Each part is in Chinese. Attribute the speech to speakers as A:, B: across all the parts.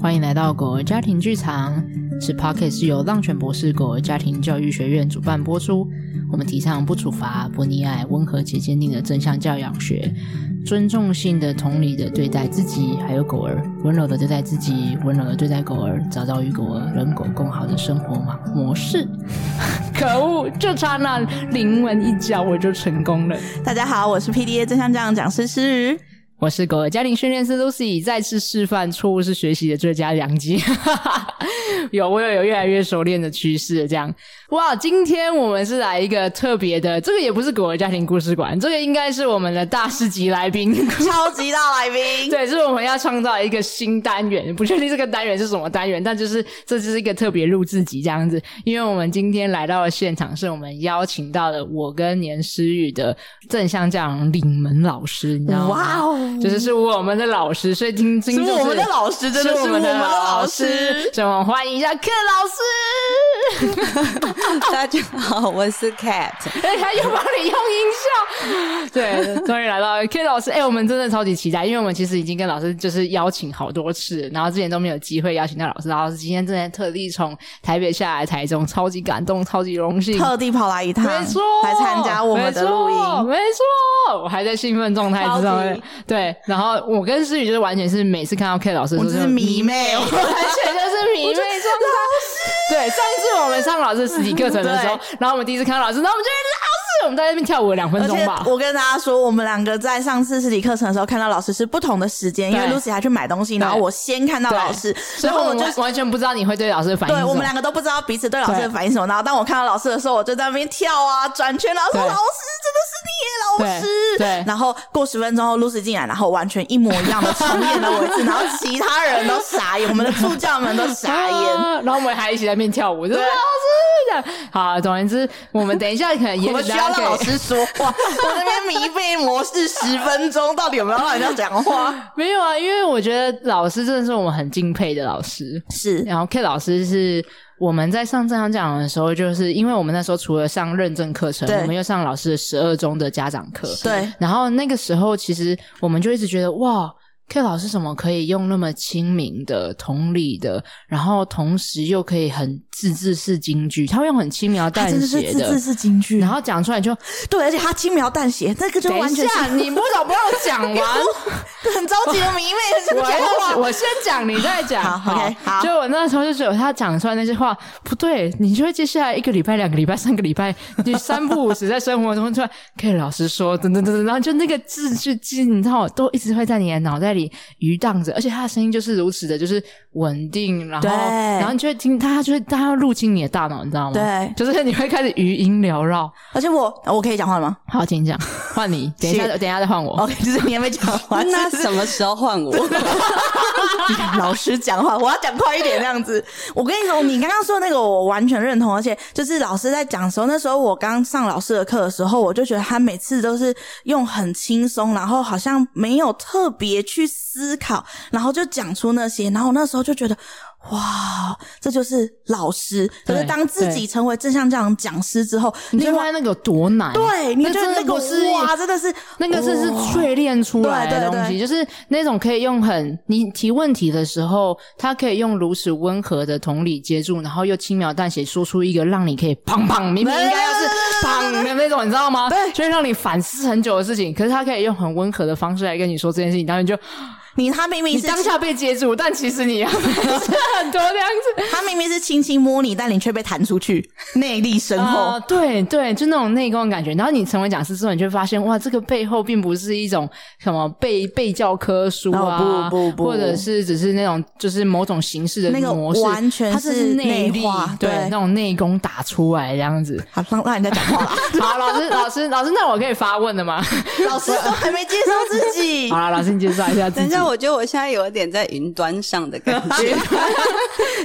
A: 欢迎来到狗儿家庭剧场。此 p o c k e t 是由浪犬博士狗儿家庭教育学院主办播出。我们提倡不处罚、不溺爱、温和且坚定的正向教养学，尊重性的、同理的对待自己还有狗儿，温柔的对待自己，温柔的对待狗儿，找到与狗儿人狗共好的生活模模式。 可恶，就差那临门一脚我就成功了。
B: 大家好，我是 PDA 真相酱讲师诗雨。
A: 我是狗儿家庭训练师 Lucy，再次示范错误是学习的最佳良机。 有，我有有越来越熟练的趋势。这样，哇，今天我们是来一个特别的，这个也不是狗儿家庭故事馆，这个应该是我们的大师级来宾。
B: 超级大来 宾，
A: 对，就是我们要创造一个新单元，不确定这个单元是什么单元，但就是这就是一个特别录制集这样子。因为我们今天来到的现场，是我们邀请到了我跟年诗雨的正向教养领门老师，你知道吗？
B: 哇哦
A: 就是是我们的老师，所以今今
B: 是
A: 就是
B: 我们的老师，真的
A: 是
B: 是我们的老师。
A: 所以我们欢迎一下克老师。
C: 大家好，我是 Cat。
A: 哎，他又帮你用音效。 对，终于来到了 K 老师。哎、我们真的超级期待，因为我们其实已经跟老师就是邀请好多次，然后之前都没有机会邀请到老师，然后今天真的特地从台北下来台中，超级感动，超级荣 幸。
B: 特地跑来一趟，
A: 没错，
B: 来参加我们的录
A: 没错
B: 音。
A: 没错，我还在兴奋状态之
C: 超
A: 中
C: 级。
A: 对，然后我跟诗雨就是完全是每次看到 K 老师的时
B: 我
A: 候就，
B: 真是迷妹，哦
A: 完全就是迷妹状态。对，上一次我们上老师实体课程的时候，然后我们第一次看到老师，然后我们就觉得老师，我们在那边跳舞了两分
B: 而
A: 钟
B: 且
A: 吧。
B: 我跟大家说，我们两个在上次实体课程的时候看到老师是不同的时间，因为
A: 对
B: Lucy 还去买东西，然后我先看到
A: 对
B: 老师，
A: 所以
B: 然后
A: 我
B: 我
A: 们
B: 就
A: 完完全不知道你会对老师的反应是
B: 对
A: 什么。
B: 我们两个都不知道彼此对老师的
A: 对
B: 反应什么。然后当我看到老师的时候，我就在那边跳啊转圈，然后说
A: 对
B: 老师真的是你耶，老师。
A: 对对
B: 然后过十分钟后，Lucy 进来，然后完全一模一样的重演了我一次，然后其他人都傻眼，我们的助教们都傻 眼。
A: 啊然后我们还一起在那边跳舞，就是老师这样。好，总而言之，我们等一下可能也
B: 我们需要让老师说 话，我那边迷妹模式十分钟，到底有没有让人家讲话？
A: 没有啊，因为我觉得老师真的是我们很敬佩的老师。
B: 是
A: 然后 K 老师是我们在上正常讲的时候，就是因为我们那时候除了上认证课程，
B: 对
A: 我们又上老师的十二中的家长课，
B: 对
A: 然后那个时候，其实我们就一直觉得哇。K 老师怎么可以用那么亲民的、同理的，然后同时又可以很字字是金句，他会用很轻描
B: 他
A: 淡
B: 哎真的是
A: 写
B: 字
A: 的，
B: 字是金句，
A: 然后讲出来就
B: 对，而且他轻描淡写，这个就
A: 等
B: 完
A: 一
B: 全
A: 下，
B: 是
A: 你不早不让我讲 完，
B: 很着急的迷妹 在
A: 我
B: 讲话
A: 要。我先讲，你再讲。
B: 好 OK，好
A: 就我那时候就觉得他讲出来那些话不对，你就会接下来一个礼拜、两个礼拜、三个礼拜，你三不五时在生活中突然可以老实说，等等等等，然后就那个字句，记，你知道，都一直会在你的脑袋里余荡着，而且他的声音就是如此的，就是稳定，然后
B: 对
A: 然后你就会听他，就会他入侵你的大脑，你知道吗？
B: 对
A: 就是你会开始余音缭绕。
B: 而且我啊我可以讲话了吗？
A: 好，请讲，换你，等一下，
B: 谢
A: 等一下再换我。
B: OK，就是你还没讲完，
C: 那
B: 是
C: 什么时候换我？
B: 老师讲话，我要讲快一点这样子。我跟你说，你刚刚说那个我完全认同，而且就是老师在讲的时候，那时候我刚上老师的课的时候，我就觉得他每次都是用很轻松，然后好像没有特别去思考，然后就讲出那些，然后我那时候就觉得。哇，这就是老师。可是
A: 对
B: 当自己成为正向教养讲师之后，
A: 你就
B: 另
A: 发
B: 外
A: 现那个有多难？
B: 对，你
A: 那
B: 就觉得
A: 真
B: 那
A: 的
B: 个
A: 不是
B: 哇，真的是
A: 那个是是
B: 哇
A: 淬炼出来的
B: 对对
A: 东西，就是那种可以用很你提问题的时候，他可以用如此温和的同理接住，然后又轻描淡写说出一个让你可以砰砰，明明应该要是砰的那种，你知道吗？
B: 对
A: 就会让你反思很久的事情。可是他可以用很温和的方式来跟你说这件事情，然后你就
B: 你他明明
A: 你
B: 是
A: 当下被接住，但其实你要 是很多这样子。
B: 他明明是轻轻摸你，但你却被弹出 去，内力深厚。
A: 啊，对对，就那种内功的感觉。然后你成为讲师之后，你就会发现，哇，这个背后并不是一种什么背背教科书啊，
B: 哦不不不
A: 或者是只是那种就是某种形式的
B: 那个
A: 模式，
B: 完全
A: 它这
B: 是
A: 是内
B: 内
A: 力
B: 化
A: 对
B: 对
A: 那种内功打出来这样子。
B: 好，让让人家讲话 啦。
A: 好，老师，老师，老师，那我可以发问了吗？
B: 老师都还没介绍自 己
A: 好，了，老师，你介绍一下自
C: 等一
A: 己，
C: 下，我觉得我现在有点在云端上的感 觉。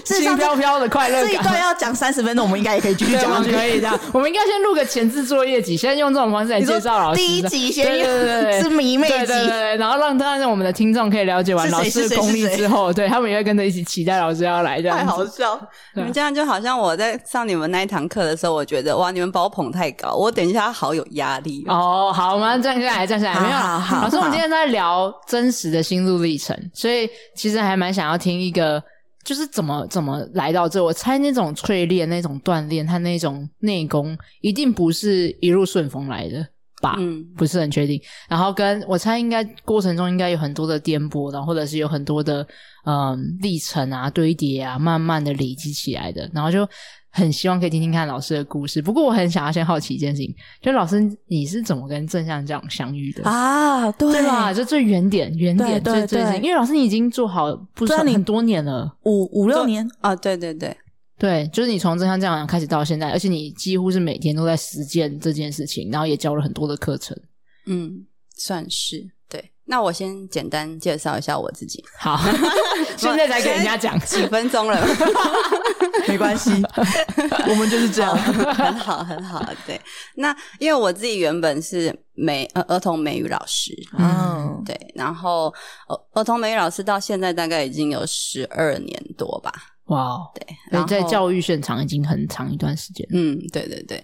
B: 至少
A: 轻飘飘的快乐
B: 这一段
A: 感。
B: 要讲三十分钟，我们应该也可以继续
A: 对，
B: 讲
A: 我
B: 下
A: 们
B: 去。
A: 可以这样。我们应该先录个前置作业集，先用这种方式来
B: 你
A: 介
B: 说
A: 绍老师。
B: 第一集先
A: 对对对对
B: 是迷妹
A: 对对对
B: 集，
A: 对，然后让他让我们的听众可以了解完
B: 是谁
A: 老师
B: 是
A: 的
B: 谁
A: 功力
B: 是谁
A: 之后，对他们也会跟着一起期待老师要来这
B: 太
A: 样
B: 好
A: 子。
B: 笑。
C: 你们这样就好像我在上你们那一堂课的时候，我觉得哇，你们把我捧太高，我等一下好有压力哦。
A: 哦，好，我们要站下来，站下来，
B: 好
A: 没有
B: 好好
A: 老师，我们
B: 好
A: 今天在聊真实的心路历程，所以其实还蛮想要听一个，就是怎么怎么来到这。我猜那种淬炼、那种锻炼和那种内功，一定不是一路顺风来的吧？
C: 嗯，
A: 不是很确定。然后跟我猜，应该过程中应该有很多的颠簸，然后或者是有很多的嗯历程啊、堆叠啊，慢慢的累积起来的。然后就很希望可以听听看老师的故事。不过我很想要先好奇一件事情，就老师你是怎么跟正向这样相遇的？
B: 啊，对
A: 对吧？就最原点，原点
B: 对
A: 最
B: 对
A: 最
B: 对
A: 近，因为老师你已经做好不是
B: 对啊你
A: 很多年了，
B: 五五六年，
C: 啊，对对对，
A: 对，就是你从正向教养开始到现在，而且你几乎是每天都在实践这件事情，然后也教了很多的课程。
C: 嗯，算是对。那我先简单介绍一下我自 己，
A: 好，现在才给人家讲，
C: 几分钟了，
B: 没关 系，我们就是这样。
C: 很好很好。对，那因为我自己原本是美呃儿童美语老师，
B: 嗯，
C: 对，然后呃儿童美语老师到现在大概已经有十二年多吧，
A: 哇哦，
C: 对，
A: 所
C: 然
A: 以
C: 后
A: 在教育现场已经很长一段时间了。
C: 嗯，对对对。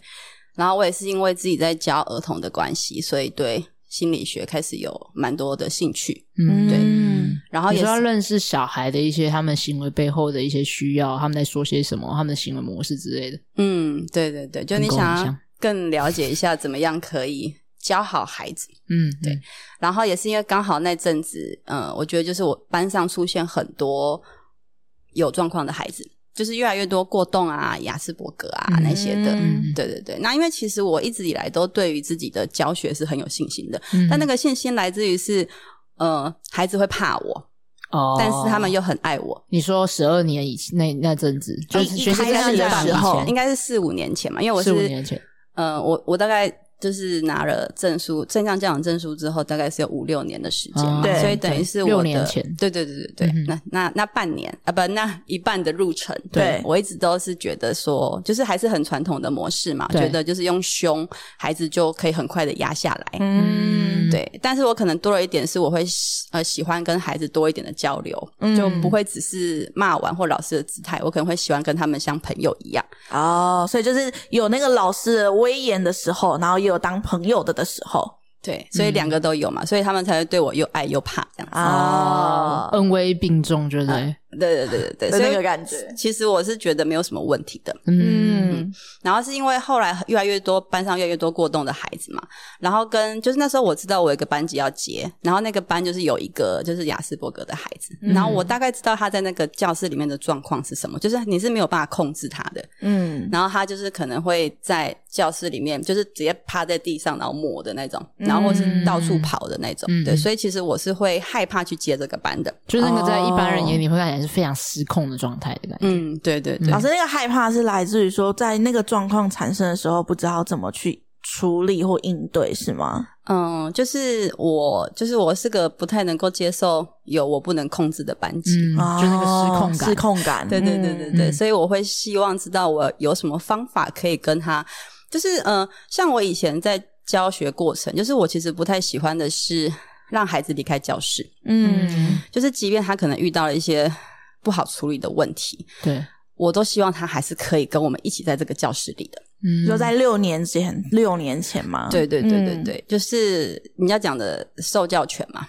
C: 然后我也是因为自己在教儿童的关系，所以对心理学开始有蛮多的兴趣。
A: 嗯，
C: 对
B: 嗯
C: 然后
A: 你
C: 也
A: 说要
C: 是
A: 认识小孩的一些他们行为背后的一些需要，他们在说些什么，他们的行为模式之类的。
C: 嗯，对对对，就
A: 跟
C: 你
A: 我很
C: 想要
A: 像
C: 更了解一下怎么样可以教好孩子。
A: 嗯，
C: 对
A: 嗯，
C: 然后也是因为刚好那阵子，嗯，我觉得就是我班上出现很多有状况的孩子，就是越来越多过动啊、雅斯伯格啊、那些的。
A: 嗯
C: 对对对，那因为其实我一直以来都对于自己的教学是很有信心的，
A: 嗯
C: 但那个信心来自于是，呃，孩子会怕我，
A: 哦，
C: 但是他们又很爱我。
A: 你说十二年以前那那阵子，就是
C: 一
A: 学生
C: 一开
A: 时
C: 始
A: 代
C: 吧
A: 以前
C: 应该是四五年前嘛，因为我
A: 四五
C: 是
A: 年前，
C: 呃，我我大概就是拿了证书，正向教养证书之后，大概是有五六年的时间嘛，
A: 哦
B: 对
C: 所以等于是我
A: 六
C: 的
A: 年前
C: 对对对对对，
A: 嗯哼
C: 那那那半年啊，不，那一半的路程，
B: 对
C: 我一直都是觉得说，就是还是很传统的模式嘛，
A: 对
C: 觉得就是用凶，孩子就可以很快的压下来，
A: 嗯
B: 嗯，
C: 对，但是我可能多了一点是我会喜呃喜欢跟孩子多一点的交流，
B: 嗯
C: 就不会只是骂完或老师的姿态，我可能会喜欢跟他们像朋友一样。
B: 哦，所以就是有那个老师的威严的时候，然后也有当朋友的的时候
C: 对，所以
A: 嗯
C: 两个都有嘛，所以他们才会对我又爱又怕这样子。
B: 啊，
A: 恩威并重，对不对？
C: 对对对对对，
B: 的
C: 所以
B: 那个感觉。
C: 其实我是觉得没有什么问题的。
A: 嗯，
C: 然后是因为后来越来越多班上越来越多过动的孩子嘛，然后跟就是那时候我知道我有一个班级要接，然后那个班就是有一个就是雅斯伯格的孩子，
B: 嗯
C: 然后我大概知道他在那个教室里面的状况是什么，就是你是没有办法控制他的，
B: 嗯，
C: 然后他就是可能会在教室里面就是直接趴在地上然后抹的那种，然后或是到处跑的那种，
A: 嗯
C: 对，
A: 嗯
C: 所以其实我是会害怕去接这个班的，
A: 就是那个在一般人眼里会看起来是非常失控的状态的感觉。
C: 哦嗯，对对对
B: 老师那个害怕是来自于说，在那个状况产生的时候，不知道怎么去处理或应对，是吗？
C: 嗯，就是我，就是我是个不太能够接受有我不能控制的班级。
A: 嗯，就那个失控
B: 哦
A: 感，
B: 失控感，
C: 对对对
B: 嗯
C: 对对，
A: 嗯
C: 所以我会希望知道我有什么方法可以跟他，就是嗯、呃像我以前在教学过程，就是我其实不太喜欢的是让孩子离开教室，
B: 嗯，
C: 就是即便他可能遇到了一些不好处理的问题，
A: 对，
C: 我都希望他还是可以跟我们一起在这个教室里的。
A: 嗯，
B: 就在六年前，六年前嘛，
C: 对对对对
B: 嗯
C: 对，就是你要讲的受教权嘛。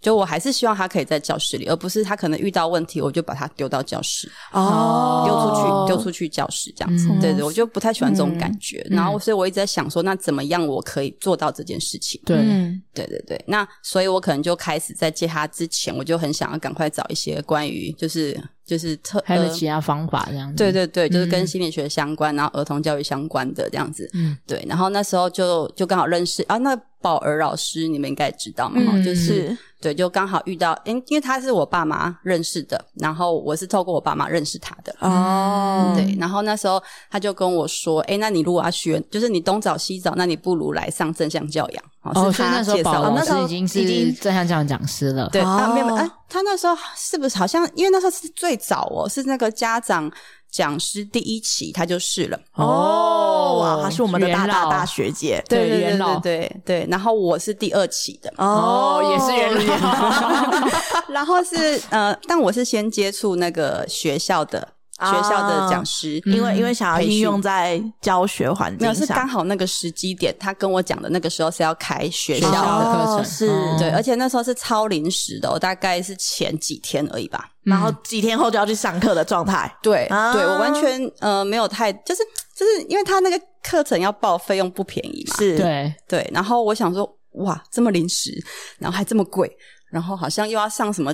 C: 就我还是希望他可以在教室里，而不是他可能遇到问题，我就把他丢到教室，
B: 哦，
C: 丢出去，丢出去教室这样子。
A: 嗯
C: 对对，我就不太喜欢这种感觉。
A: 嗯
C: 然后，所以我一直在想说，那怎么样我可以做到这件事情？
A: 对，
B: 嗯
C: 对对对，那所以我可能就开始在接他之前，我就很想要赶快找一些关于就是就是特
A: 还有没有
C: 呃
A: 其他方法这样子。
C: 对，对对，就是
A: 嗯
C: 跟心理学相关，然后儿童教育相关的这样子。
A: 嗯，
C: 对，然后那时候就就刚好认识啊，那宝儿老师你们应该也知道嘛，
A: 嗯
C: 就是
B: 是
C: 对，就刚好遇到，因因为他是我爸妈认识的，然后我是透过我爸妈认识他的。
A: 嗯
B: 哦，
C: 对，然后那时候他就跟我说：“哎，那你如果要学，就是你东找西找，那你不如来上正向教养。”
A: 哦，
C: 是
A: 所以
C: 他
A: 那时候
C: 介绍
A: 宝
C: 我
B: 哦
A: 老
B: 那
C: 的
B: 时候
A: 师已经
B: 已
A: 是
B: 经
A: 正向教养讲师了。
C: 对，啊，没有，
B: 哦
C: 哎、他那时候是不是好像？因为那时候是最早哦，是那个家长讲师第一期他就是了。
B: 哦，哇，她是我们的大
A: 元
B: 大
A: 老
B: 大学姐，
A: 对
C: 对
A: 元
C: 对
A: 老
C: 对对对，然后我是第二期的。
A: 哦，也是 元老。
C: 啊然后是呃，但我是先接触那个学校的学校的讲师，
B: 因为因为想要
C: 培训
B: 应用在教学环
C: 啊嗯没有
B: 境
C: 是刚
B: 上，
C: 好那个时机点，他跟我讲的那个时候是要开学
A: 学
C: 校
A: 校
C: 的
A: 的课程、
B: 哦是
A: 嗯
C: 对，而且那时候是超临时的、哦，大概是前几天而已吧。
B: 然后几天后就要去上课的状态。
C: 对，
B: 啊
C: 对我完全呃没有太，就是就是因为他那个课程要报费用不便宜嘛，
B: 是，
A: 对，
C: 对。然后我想说，哇，这么临时，然后还这么贵，然后好像又要上什么，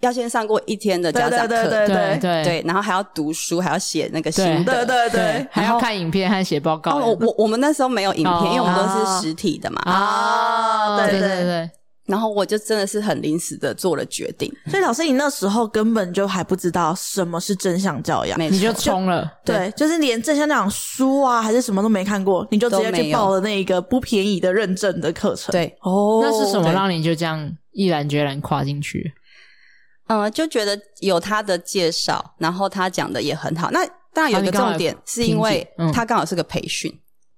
C: 要先上过一天的
B: 对
C: 家
B: 对
C: 长课，
B: 对对
A: 对
B: 对
A: 对
C: 对然后还要读书，还要写那个心
A: 对
B: 对
C: 得，
B: 对对
A: 对，，还要看影片和写报告。
C: 哦，我我我们那时候没有影片，
A: 哦
C: 因为我们都是实体的嘛。
B: 啊对
A: 对
B: 对
A: 对对，
C: 然后我就真的是很临时的做了决定，
B: 所以老师，你那时候根本就还不知道什么是真相教养，
C: 没错，
A: 你就冲了，
B: 对，就是连正向教养书啊，还是什么都没看过，你就直接
C: 都没
B: 去
C: 有
B: 报了那一个不便宜的认证的课程。，
C: 对，
B: 哦，
A: 那是什么
B: 对？
A: 让你就这样毅然决然跨进去？
C: 嗯、就觉得有他的介绍，然后他讲的也很好。那当然有一
A: 啊你
C: 个
A: 刚好
C: 重点，是
A: 听
C: 因为
A: 见嗯
C: 他刚好是个培训，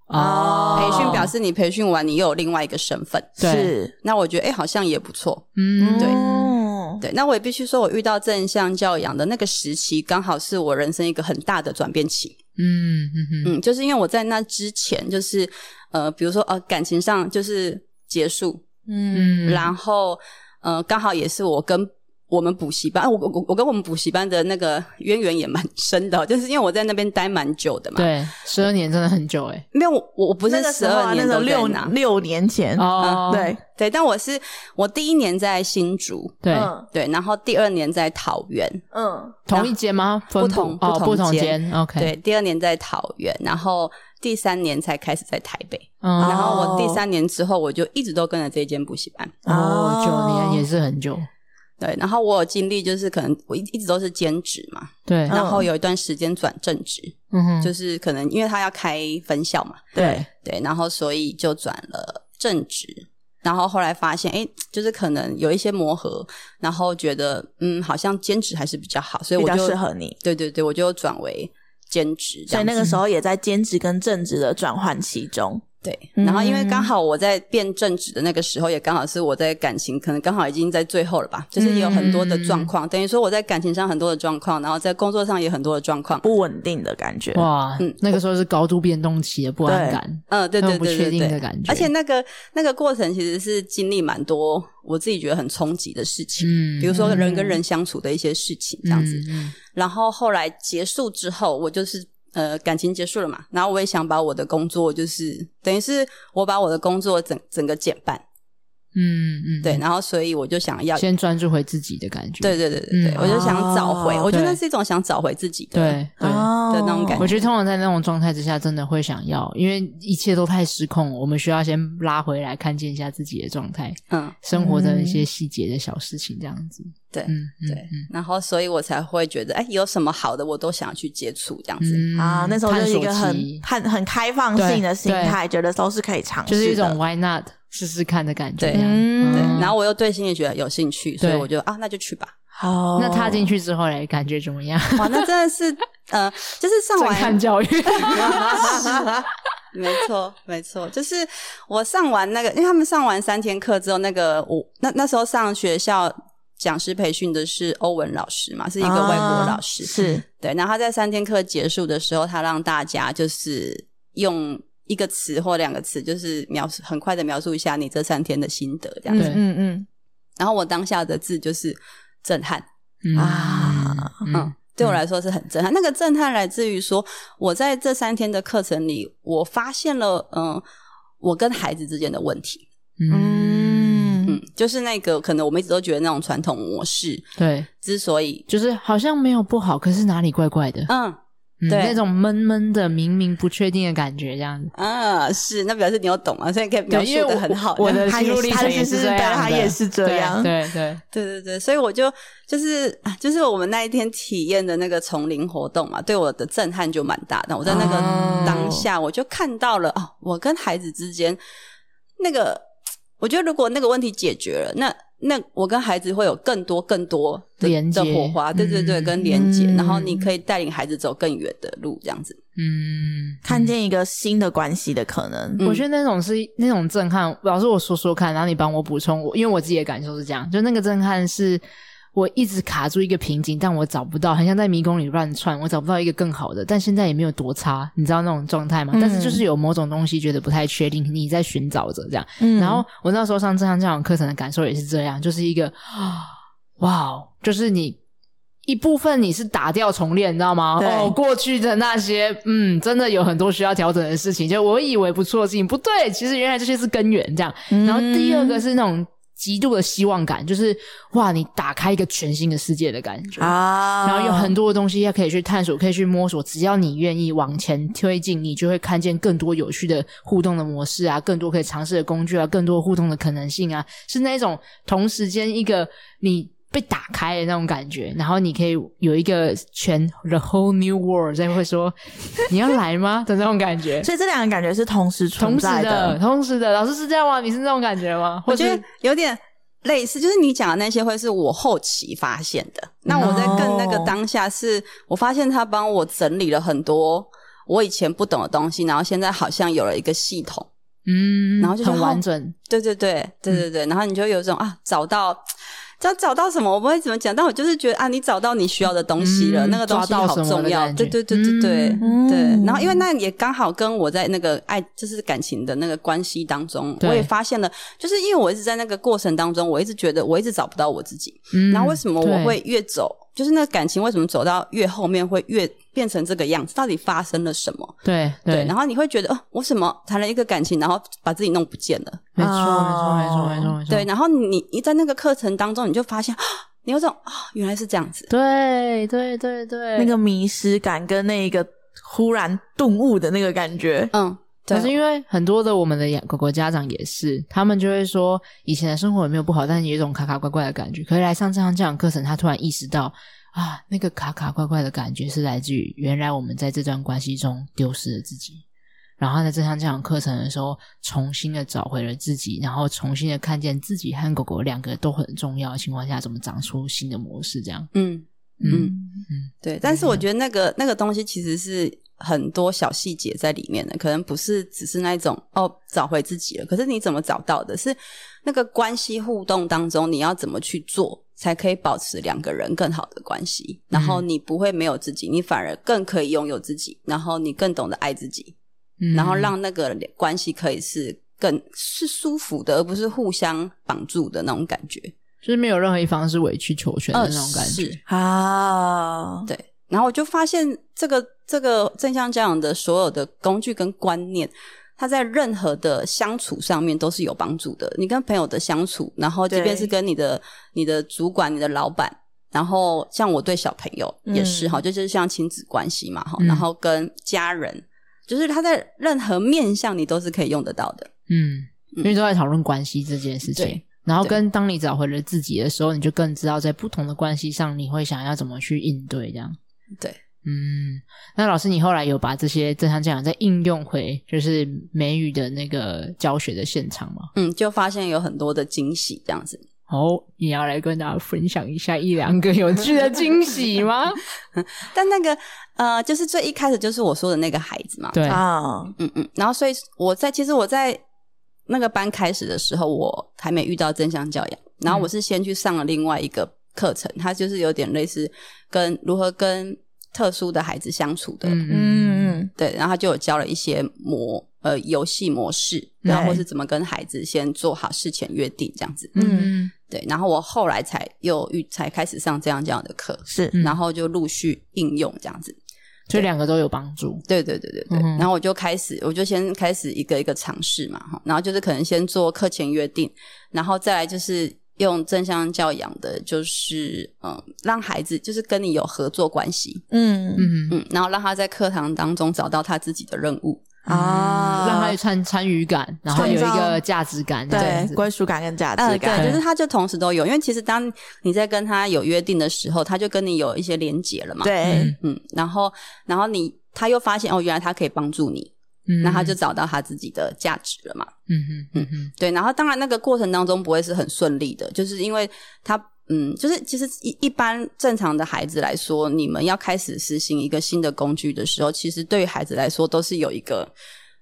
B: 哦
C: 培训表
A: 示
C: 示你培训完，你又有另外一个身份。
A: 对
B: 是，
C: 那我觉得，哎、好像也不错。
A: 嗯，
C: 对
B: 哦
C: 对，那我也必须说，我遇到正向教养的那个时期，刚好是我人生一个很大的转变期。
A: 嗯嗯嗯，
C: 嗯，就是因为我在那之前，就是呃，比如说呃，感情上就是结束，
B: 嗯，
A: 嗯
C: 然后呃，刚好也是我跟我们补习班，啊我我我跟我们补习班的那个渊源也蛮深的哦，就是因为我在那边待蛮久的嘛。，
A: 对，十二年真的很久哎，
C: 没有我我
B: 不
C: 不是
B: 时
C: 十
B: 候
C: 二
B: 啊，那
C: 年
B: 时候
C: 都在
B: 六
C: 那，
B: 六年前，
A: 哦，
B: 嗯对
C: 对，但我是我第一年在新竹，
A: 对，
B: 嗯
C: 对，然后第二年在桃园，
B: 嗯，
A: 同一间吗？分
C: 不
A: 布
C: 同
A: 哦，
C: 不
A: 不
C: 同
A: 同
C: 间
A: 间，OK，，
C: 对，第二年在桃园，然后第三年才开始在台北，然
A: 嗯，
C: 后我第
B: 哦
C: 三年之后我就一直都跟着这间补习班。
A: 哦，
B: 哦
A: 九年也是很久，
C: 对，然后我有经历，就是可能我一一直都是兼职嘛，
A: 对，
B: 嗯
C: 然后有一段时间转正职，
A: 嗯哼，
C: 嗯就是可能因为他要开分校嘛，
A: 对，
C: 对，然后所以就转了正职，然后后来发现，哎，就是可能有一些磨合，然后觉得嗯，好像兼职还是比较好，所以
B: 比
C: 我
B: 较
C: 就
B: 适合你。
C: 对对对，我就转为兼职这
B: 所以
C: 样子，
B: 那个时候也在兼职跟正职的转换其中，
C: 对，
B: 嗯
C: 然后因为刚好我在变正职的那个时候，也刚好是我在感情可能刚好已经在最后了
A: 嗯
C: 吧，就是也有很多的状况，等于说我在感情上很多的状况，然后在工作上也很多的状况，
B: 不稳定的感觉。
A: 哇
C: 嗯，
A: 那个时候是高度变动期的不安
B: 对
A: 感，
C: 嗯，对
A: 那
C: 对
A: 种不
C: 对
A: 确
C: 对
A: 定的
C: 对，
A: 感觉，
C: 而且那个那个过程其实是经历蛮多我自己觉得很冲击的事情，
A: 嗯
C: 比如说人跟人相处的一些事情这样子。
A: 嗯，
C: 然后后来结束之后，我就是呃感情结束了嘛，然后我也想把我的工作就是等于是我把我的工作整整个减半，
A: 嗯嗯，嗯
C: 对，，然后所以我就想要。
A: 先专注回自己的感觉，
C: 对对对对对，
A: 嗯
C: 我就想找回，
B: 哦
C: 我觉得那
A: 对
C: 是一种想找回自己的，
A: 对对。
B: 哦
C: 的那种感
A: 我觉得通常在那种状态之下，真的会想要，因为一切都太失控，我们需要先拉回来，看见一下自己的状态，
C: 嗯，
A: 生活的一些细节的小事情，这样子。
C: 对
A: 嗯，嗯
C: 对，然后所以我才会觉得，哎，有什么好的我都想要去接触这样子，
A: 嗯
B: 啊，那时候就是一个
A: 探索
B: 很
A: 期
B: 很很开放性的心
A: 对对
B: 态，觉得都是可以尝试
A: 就
B: 的，
A: 是一种 why not 试试看的感觉。
C: 对
A: 这样
B: 嗯
C: 对，
A: 嗯
C: 然后我又对心理学有兴趣，所以
A: 对
C: 我就啊，那就去吧。
B: 好。
A: 那踏进去之后嘞，感觉怎么样？
C: 哇，那真的是，呃，就是上
A: 震撼
C: 完，
A: 教育，
C: 没错，没错，就是我上完那个，因为他们上完三天课之后，那个我那那时候上学校讲师培训的是欧文老师嘛，是一个外国老师，
B: 啊是
A: 嗯
C: 对。然后他在三天课结束的时候，他让大家就是用一个词或两个词，就是描述很快的描述一下你这三天的心得这样
B: 嗯
C: 子。
A: 对
B: 嗯嗯
C: 然后我当下的字就是震撼。
A: 嗯
B: 啊
C: 嗯，对我来说是很震撼。那个震撼来自于说，我在这三天的课程里，我发现了，嗯、我跟孩子之间的问题，
B: 嗯嗯
C: 嗯，就是那个可能我们一直都觉得那种传统模式
A: 对，
C: 之所以，
A: 就是好像没有不好，可是哪里怪怪的，
C: 嗯
A: 嗯
C: 对
A: 那种闷闷的、明明不确定的感觉，这样子。
C: 啊，是那表示你有懂啊，所以可以描
A: 对，因为
C: 述的
A: 我
C: 很好。
A: 我的
B: 嗯他也
A: 心路
B: 是
A: 历
B: 他
A: 程
B: 其
A: 也
B: 实
A: 这
B: 对
A: 样的，
B: 他也是这
A: 对
B: 样
A: 对对，
C: 对对对，所以我就就是啊就是我们那一天体验的那个丛林活动嘛，对我的震撼就蛮大的。我在那个
A: 哦
C: 当下，我就看到了啊，我跟孩子之间那个，我觉得如果那个问题解决了，那那我跟孩子会有更多更多的
A: 连接
C: 的火花，对对对，
A: 嗯
C: 跟连接，
B: 嗯
C: 然后你可以带领孩子走更远的路，这样子。
A: 嗯，
B: 看见一个新的关系的可能。
C: 嗯
A: 我觉得那种是那种震撼。老师，我说说看，然后你帮我补充我，因为我自己的感受是这样，就那个震撼是我一直卡住一个瓶颈，但我找不到，很像在迷宫里乱窜，我找不到一个更好的，但现在也没有多差，你知道那种状态吗？但是就是有某种东西觉得不太确定，你在寻找着这样。
B: 嗯
A: 然后我那时候上正向教养课程的感受也是这样，就是一个，哇哦，就是你一部分你是打掉重练，你知道吗？
B: 对
A: 哦，过去的那些，嗯，真的有很多需要调整的事情，就我以为不错的事情，不对，其实原来这些是根源这样。然后
B: 嗯
A: 第二个是那种极度的希望感，就是哇，你打开一个全新的世界的感觉。
B: 啊，
A: 然后有很
C: 嗯
A: 多的东西也可以去探索，可以去摸索。只要你愿意往前推进，你就会看见更多有趣的互动的模式啊，更多可以尝试的工具啊，更多互动的可能性啊，是那种同时间一个你被打开的那种感觉，然后你可以有一个全 the whole new world 在会说你要来吗的那种感觉。
B: 所以这两个感觉是同时存
A: 同时
B: 在
A: 的，
B: 的。
A: 同时的，老师是这样吗？你是那种感觉吗？
C: 我
A: 或
C: 觉
A: 者
C: 得有点类似，就是你讲的那些会是我后期发现的，
A: 嗯
C: 那我在更那个当下是，我发现他帮我整理了很多我以前不懂的东西，然后现在好像有了一个系统，
A: 嗯，
C: 然后就是
A: 很
C: 后
A: 完整，
C: 对对对对对
A: 嗯
C: 对，然后你就有一种啊找到。知道找到什么，我不会怎么讲，但我就是觉得啊，你找到你需要的东西了，
A: 嗯
C: 那个东西
A: 抓到
C: 好
A: 什么
C: 重
A: 的
C: 要。
A: 感觉
C: 对对对对对、
B: 嗯
C: 对。然后因为那也刚好跟我在那个爱，就是感情的那个关系当中，
A: 对
C: 我也发现了，就是因为我一直在那个过程当中，我一直觉得我一直找不到我自己。
A: 嗯，
C: 然后为什么我
A: 对
C: 会越走，就是那个感情为什么走到越后面会越变成这个样子？到底发生了什么？
A: 对对，
C: 然后你会觉得，哦，我什么谈了一个感情，然后把自己弄不见了。
A: 没错没错
B: 哦
A: 没错没错没错，
C: 对，然后你你在那个课程当中，你就发现，啊你有种啊、原来是这样子。
A: 对对对对，
B: 那个迷失感跟那一个忽然顿悟的那个感觉，
C: 嗯，对
A: 可是因为很多的我们的养狗狗家长也是，他们就会说以前的生活也没有不好，但是有一种卡卡怪怪的感觉。可是来上这堂教养课程，他突然意识到啊，那个卡卡怪怪的感觉是来自于原来我们在这段关系中丢失了自己。然后他在这堂这堂课程的时候，重新的找回了自己，然后重新的看见自己和狗狗两个都很重要的情况下，怎么长出新的模式，这样。
C: 嗯，
A: 嗯，
C: 对。但是我觉得那个那个东西其实是很多小细节在里面的，可能不是只是那一种哦找回自己了。可是你怎么找到的？是那个关系互动当中，你要怎么去做，才可以保持两个人更好的关系？然后
A: 嗯
C: 你不会没有自己，你反而更可以拥有自己，然后你更懂得爱自己。
A: 嗯
C: 然后让那个关系可以是更是舒服的，而不是互相绑住的那种感觉。呃
A: 就是没有任何一方是委曲求全的那种感觉。
C: 是
B: 啊，
C: 对。然后我就发现这个这个正向教养的所有的工具跟观念。它在任何的相处上面都是有帮助的。你跟朋友的相处，然后即
B: 对
C: 便是跟你的你的主管、你的老板，然后像我对小朋友也是哈、就就是像亲子关系嘛哈、
A: 嗯
C: 然后跟家人，就是他在任何面向你都是可以用得到的。
A: 嗯，因为都在讨论关系这件事情
C: 对。
A: 然后
C: 对
A: 跟当你找回了自己的时候，你就更知道在不同的关系上，你会想要怎么去应对这样。
C: 对，
A: 嗯，那老师，你后来有把这些正向教养再应用回就是美语的那个教学的现场吗？
C: 嗯，就发现有很多的惊喜这样子。
A: 哦，你要来跟大家分享一下一两个有趣的惊喜吗？
C: 但那个呃，就是最一开始就是我说的那个孩子嘛，
A: 对，
B: 啊，
C: 嗯嗯。然后所以我在其实我在那个班开始的时候，我还没遇到正向教养，然
A: 嗯
C: 后我是先去上了另外一个课程，它就是有点类似跟如何跟特殊的孩子相处的，
A: 嗯
B: 嗯嗯
C: 对，然后他就有教了一些模呃游戏模式，然后
B: 对
C: 或是怎么跟孩子先做好事前约定这样子，
A: 嗯
C: 对。然后我后来才又遇才开始上这样这样的课，
B: 是
A: 嗯
C: 然后就陆续应用这样子。
A: 所以两个都有帮助。
C: 对对对对对。
A: 嗯哼
C: 然后我就开始，我就先开始一个一个尝试嘛，哈。然后就是可能先做课前约定，然后再来就是用正向教养的，就是嗯，让孩子就是跟你有合作关系，
B: 嗯
A: 嗯，
C: 嗯，然后让他在课堂当中找到他自己的任务。
B: 啊，
A: 让他有参参与感，然后有一
B: 创造
A: 个价值感这样
B: 对
A: 子。
B: 归属感跟价值
C: 呃，
B: 感
C: 对，就是他就同时都有，因为其实当你在跟他有约定的时候，他就跟你有一些连结了嘛。，
B: 对，
C: 嗯，然后然后你他又发现哦，原来他可以帮助你，
A: 嗯
C: 那他就找到他自己的价值了嘛。
A: 嗯嗯嗯嗯
C: 对，然后当然那个过程当中不会是很顺利的，就是因为他嗯，就是其实一一般正常的孩子来说，你们要开始实行一个新的工具的时候，其实对于孩子来说都是有一个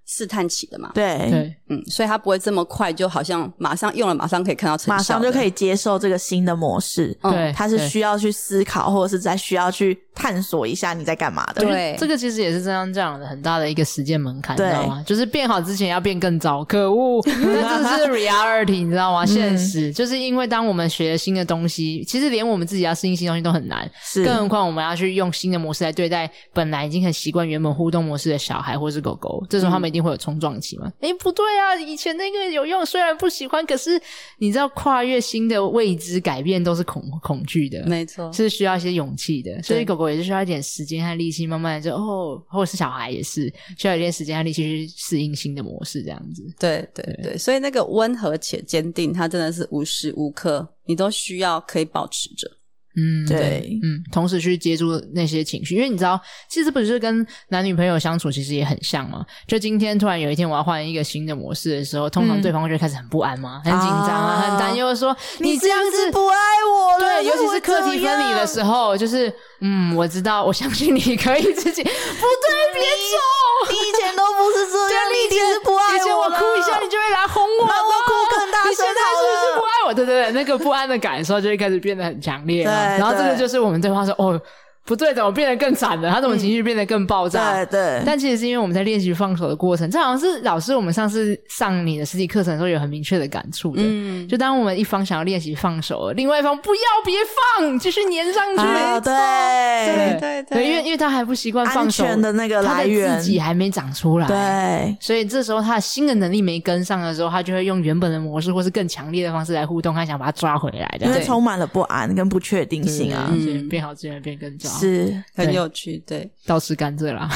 C: 试探期的嘛，
B: 对，
A: 对，
C: 嗯，所以他不会这么快，就好像马上用了，马上可以看到成效，
B: 马上就可
C: 以，
B: 以接受这个新的模式。
A: 哦
C: 嗯
A: 对，
B: 他是
A: 对
B: 需要去思考，或者是在需要去探索一下你在干嘛的。
C: 对，
A: 这个其实也是这样这样的很大的一个实践门槛，你
B: 对
A: 知道吗？就是变好之前要变更糟，可恶！ 那这是 reality，你知道吗？现实、就是因为当我们学了新的东西，其实连我们自己要适应新东西都很难，
B: 是
A: 更何况我们要去用新的模式来对待本来已经很习惯原本互动模式的小孩或是狗狗，这时
C: 嗯
A: 候他们一定会有冲撞期嘛？诶，不对啊，以前那个有用，虽然不喜欢，可是你知道跨越新的未知改变都是恐恐惧的，
C: 没错，
A: 是需要一些勇气的，所以狗狗也是需要一点时间和力气，慢慢的就哦，或者是小孩也是需要一点时间和力气去适应新的模式，这样子。
C: 对对对，所以那个温和且坚定，它真的是无时无刻你都需要可以保持着。
A: 嗯，
B: 对
A: 嗯，同时去接触那些情绪，因为你知道，其实不是跟男女朋友相处其实也很像嘛。就今天突然有一天我要换一个新的模式的时候，通常对方就会开始很不安嘛，很紧张啊，
B: 嗯啊
A: 很担忧，说
B: 你
A: 这样
B: 是不是
A: 子
B: 不爱我了
A: 对，尤其
B: 我
A: 是课题分
B: 怎
A: 离的
B: 样
A: 时候，就是嗯，我知道，我相信你可以自己，不对，别走。
B: 你以前都不是这
A: 对啊
B: 样，，你
A: 以
B: 一定
A: 前
B: 是不爱
A: 以前我
B: 了
A: 哭一下，你就会来哄我。
B: 那我哭更大
A: 你现
B: 声
A: 在是不是
B: 好
A: 不
B: 了。
A: 爱我？对对对，那个不安的感受就会开始变得很强烈了。
B: 对
A: 然后这个
B: 对
A: 就是我们对方说：“哦，不对，怎么变得更惨了？他怎么情绪变得更爆炸？”
B: 嗯对对，
A: 但其实是因为我们在练习放手的过程，这好像是老师我们上次上你的实体课程的时候有很明确的感触的。
C: 嗯，
A: 就当我们一方想要练习放手了，另外一方不要别放，继续粘上去。
B: 啊
C: 对
B: 对
C: 对
A: 对，因为因为他还不习惯放
B: 安
A: 手
B: 全的那个
A: 他
B: 来
A: 的
B: 源，
A: 自己还没长出来。
B: 对
A: 所以这时候他的新的能力没跟上的时候，他就会用原本的模式或是更强烈的方式来互动，他想把他抓回来的。
B: 因为
A: 对
B: 充满了不安跟不确定性啊，
A: 嗯
C: 嗯
A: 所以变好资源变更糟，
B: 是
C: 很
A: 对
C: 有趣，对，
A: 倒吃甘蔗啦。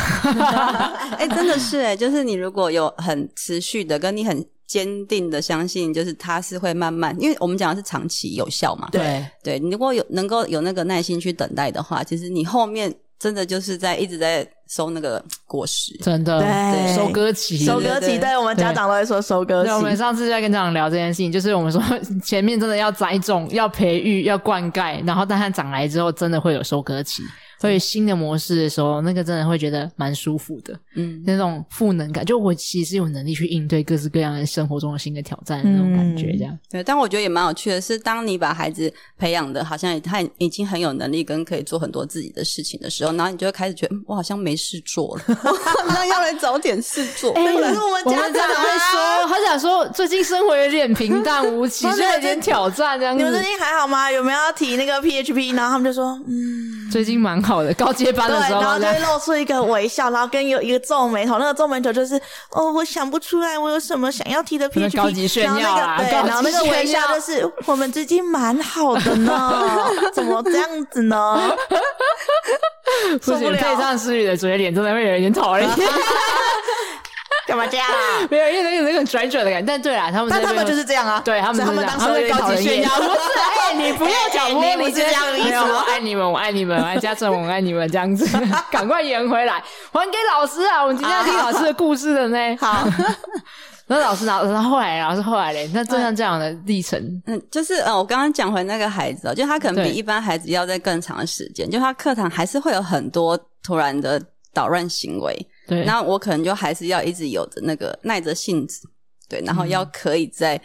C: 哎、真的是哎、就是你如果有很持续的，跟你很坚定的相信，就是它是会慢慢，因为我们讲的是长期有效嘛，
A: 对
C: 对你如果有能够有那个耐心去等待的话，其实你后面真的就是在一直在收那个果实，
A: 真的，
B: 对
A: 收割期。
B: 收
C: 对
B: 割
C: 对
B: 期，对我们家长都会说收割
A: 对，我们
B: 期，
A: 上次在跟家长聊这件事情，就是我们说 前面真的要栽种、要培育、要灌溉，然后但它长来之后，真的会有收割期，会有新的模式的时候，那个真的会觉得蛮舒服的。
C: 嗯，
A: 那种赋能感，就我其实有能力去应对各式各样的生活中的新的挑战的那种感觉，
B: 嗯
A: 这样。
C: 对，但我觉得也蛮有趣的是，当你把孩子培养的好像也他已经很有能力跟可以做很多自己的事情的时候，然后你就会开始觉得，嗯我好像没事做了， 我好像要来找点事做。
A: 哎
B: 可是我们家
A: 真
B: 长
A: 的会
B: 啊
A: 说，他想说最近生活有点平淡无 奇，
B: 我
A: 就
B: 觉得
A: 有点挑战这样
B: 你们
A: 子
B: 最。近还好吗？有没有要提那个 PHP？然后他们就说，嗯，
A: 最近蛮好的，高阶班
B: 对
A: 的，时候
B: 然
A: 大
B: 后就
A: 家
B: 会露出一个微笑，然后跟有一个皱眉头，那个皱眉头就是，哦，我想不出来我有什么想要提的
A: 那
B: PHP，
A: 高级炫耀啊
B: 然后那个
A: 高级
B: 对，然后那个微
A: 炫耀
B: 笑就是我们最近蛮好的 呢，怎么这样子呢？
A: 不
B: 受不
A: 行，
B: 了
A: 配上思雨的嘴脸，真的会哎有一点讨人 厌，
B: 干嘛这样 啊？
A: 没有，因为有那种拽拽的感觉。但对啦，他们在
B: 但
A: 那
B: 他
A: 边
B: 们就是这样啊，
A: 对他们
B: 所以
A: 就是
B: 他们
A: 这样
B: 当时会
A: 们高级 炫耀，不是？哎，你不要讲 玻璃
B: 这样的意思
A: 没有我
B: 吗？
A: 爱你们，我爱你们，我 爱嘉诚，我爱你们，这样子， 赶快圆回来，还给老师啊！我们今天要听老师的故事的呢。
B: 好，
A: 那老师，然后然后后来，老师后来嘞，那正像这样的历程，
C: 嗯，就是呃，我刚刚讲回那个孩子哦，就他可
A: 对
C: 能比一般孩子要在更长的时间，就他课堂还是会有很多突然的捣乱行为，
A: 对，
C: 那我可能就还是要一直有着那个耐着性子，对，然后要
A: 嗯
C: 可以在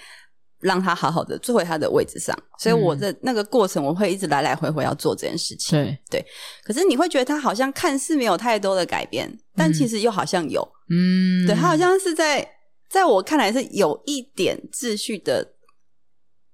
C: 让他好好的坐回他的位置上，所以我的那个过程我会一直来来回回要做这件事情，
A: 嗯对，
C: 可是你会觉得他好像看似没有太多的改变，但
A: 嗯
C: 其实又好像有，
A: 嗯，
C: 对他好像是在在我看来是有一点秩序的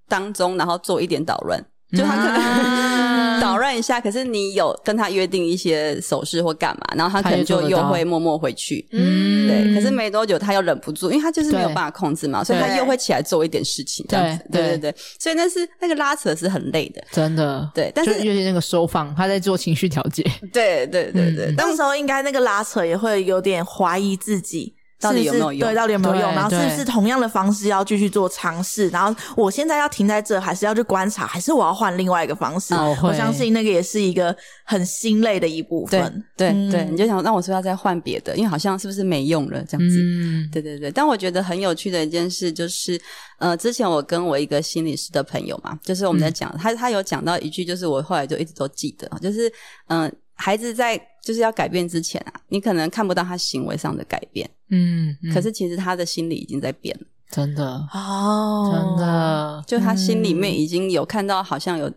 C: 当中，然后做一点捣乱，就他可能
A: 嗯
C: 捣乱一下，可是你有跟他约定一些手势或干嘛，然后他可
A: 他也
C: 能
A: 做
C: 就
A: 得
C: 又
A: 到
C: 会默默回去。
A: 嗯
C: 对，可是没多久他又忍不住，因为他就是没有
A: 对
C: 办法控制嘛，所以他
B: 对
C: 又会起来做一点事情，这样子。
A: 对
C: 对
A: 对
C: 对对，所以那是那个拉扯是很累的，
A: 真的，
C: 对。但是
A: 就尤其那个收放，他在做情绪调节，
C: 对对对对
A: 嗯，
C: 但
B: 那时候应该那个拉扯也会有点怀疑自己。
C: 到底
B: 是不是
C: 有没有用
B: 对，到底有没有用？
A: 对
B: 然后是不
A: 对
B: 是同样的方式要继续做尝试？然后我现在要停在这，还是要去观察，还是我要换另外一个方式？
A: 哦会
B: 我相信那个也是一个很心累的一部
C: 对
B: 分。
C: 对
B: 嗯
C: 对，你就想，那我是不是要再换别的？因为好像是不是没用了这样子。
A: 嗯，
C: 对对对，但我觉得很有趣的一件事就是，呃，之前我跟我一个心理师的朋友嘛，就是我们在讲，他他有讲到一句，就是我后来就一直都记得，就是嗯、呃孩子在就是要改变之前啊，你可能看不到他行为上的改变，
A: 嗯，嗯
C: 可是其实他的心理已经在变了，
A: 真的
B: 哦，
A: 真，的，
C: 就他心里
A: 嗯
C: 面已经有看到好像有。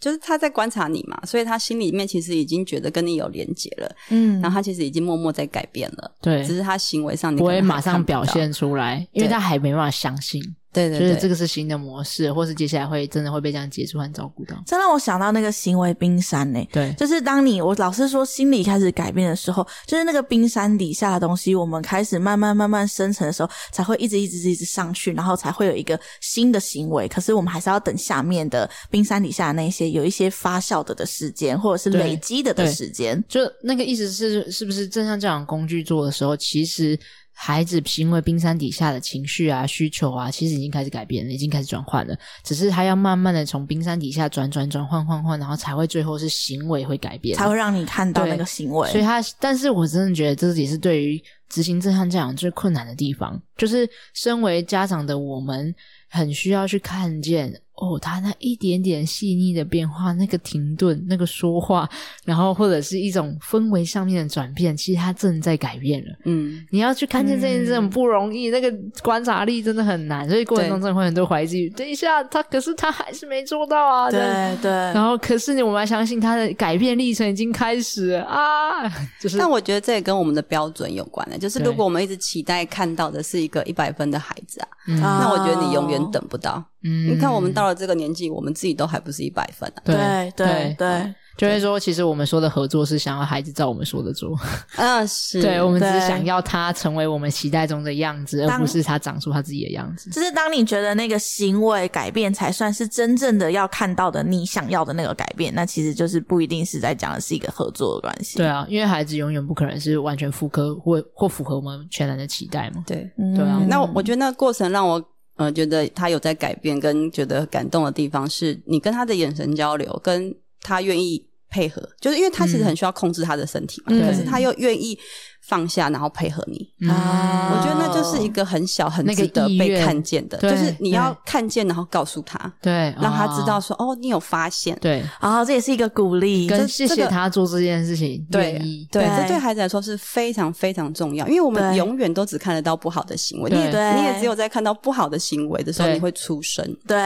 C: 就是他在观察你嘛，所以他心里面其实已经觉得跟你有连结了，
B: 嗯
C: 然后他其实已经默默在改变了，
A: 对
C: 只，是他行为上你
A: 不会
C: 可能还
A: 马上
C: 看不到
A: 表，现出来，因为
C: 对
A: 他还没办法相信，
C: 对
A: 就
C: 对
A: 是
C: 对，
A: 这个是新的模式，或是接下来会真的会被这样接触和照顾到。
B: 这让我想到那个行为冰山欸呢、
A: 对，
B: 就是当你我老是说心理开始改变的时候，就是那个冰山底下的东西，我们开始慢慢慢慢生成的时候，才会一直一直一直上去，然后才会有一个新的行为。可是我们还是要等下面的冰山底下的那些有一些发酵的的时间，或者是
A: 对
B: 累积的的
A: 对
B: 时间。
A: 就那个意思是，是不是正向教养工具做的时候，其实孩子因为冰山底下的情绪啊、需求啊，其实已经开始改变了，已经开始转换了，只是他要慢慢的从冰山底下转转转换换换，然后才会最后是行为会改变，
B: 才会让你看到
A: 对
B: 那个行为。
A: 所以他，但是我真的觉得这也是对于执行正向教养最困难的地方，就是身为家长的我们，很需要去看见哦，他那一点点细腻的变化，那个停顿，那个说话，然后或者是一种氛围上面的转变，其实他正在改变了。
C: 嗯，
A: 你要去看见这件事很不容易，那个观察力真的很难，所以过程中真的会很多怀疑自己。等一下，他可是他还是没做到啊，这样
B: 对对，
A: 然后，可是我们要相信他的改变历程已经开始了啊，就是
C: 但我觉得这也跟我们的标准有关的、就是如
A: 对
C: 果我们一直期待看到的是一个一百分的孩子啊，
A: 嗯
B: 啊
C: 那我觉得你永远等不到。
A: 嗯
C: 你看，我们到了这个年纪，我们自己都还不是一百分啊。
A: 对
B: 对对对，
A: 就会说，其实我们说的合作是想要孩子照我们说的做，
C: 嗯，是
A: 对我们只是
B: 对
A: 想要他成为我们期待中的样子，而
B: 当
A: 不是他长出他自己的样子。
B: 就是当你觉得那个行为改变才算是真正的要看到的你想要的那个改变，那其实就是不一定是在讲的是一个合作的关系。
A: 对啊，因为孩子永远不可能是完全复刻或或符合我们全然的期待嘛。
C: 对。
B: 嗯，
A: 对啊
C: 那我我觉得那个过程让我呃觉得他有在改变，跟觉得感动的地方是你跟他的眼神交流，跟他愿意配合，就是因为他其实很需要控制他的身体嘛，
B: 嗯
C: 可是他又愿意放下，然后配合你。
A: 嗯
B: 啊
C: 我觉得那就是一个很小、很
A: 哦那个
C: 值得
A: 意
C: 被
A: 愿
C: 看见的，
A: 对
C: 就是你要
A: 对
C: 看见，然后告诉他，
A: 对，
C: 让他知道
A: 啊
C: 说哦，你有发现。
A: 对，
B: 啊、这也是一个鼓励，
A: 跟
B: 这
A: 谢
C: 这
A: 谢
C: 个
A: 他做这件事情，
C: 对
A: 愿意
C: 对，
B: 对
C: 这对孩子来说是非常非常重要，因为我们
B: 对
C: 永远都只看得到不好的行为，你
A: 对
C: 也
B: 对
C: 你也只有在看到不好的行为的时候，
A: 对
C: 你会出声。
B: 对，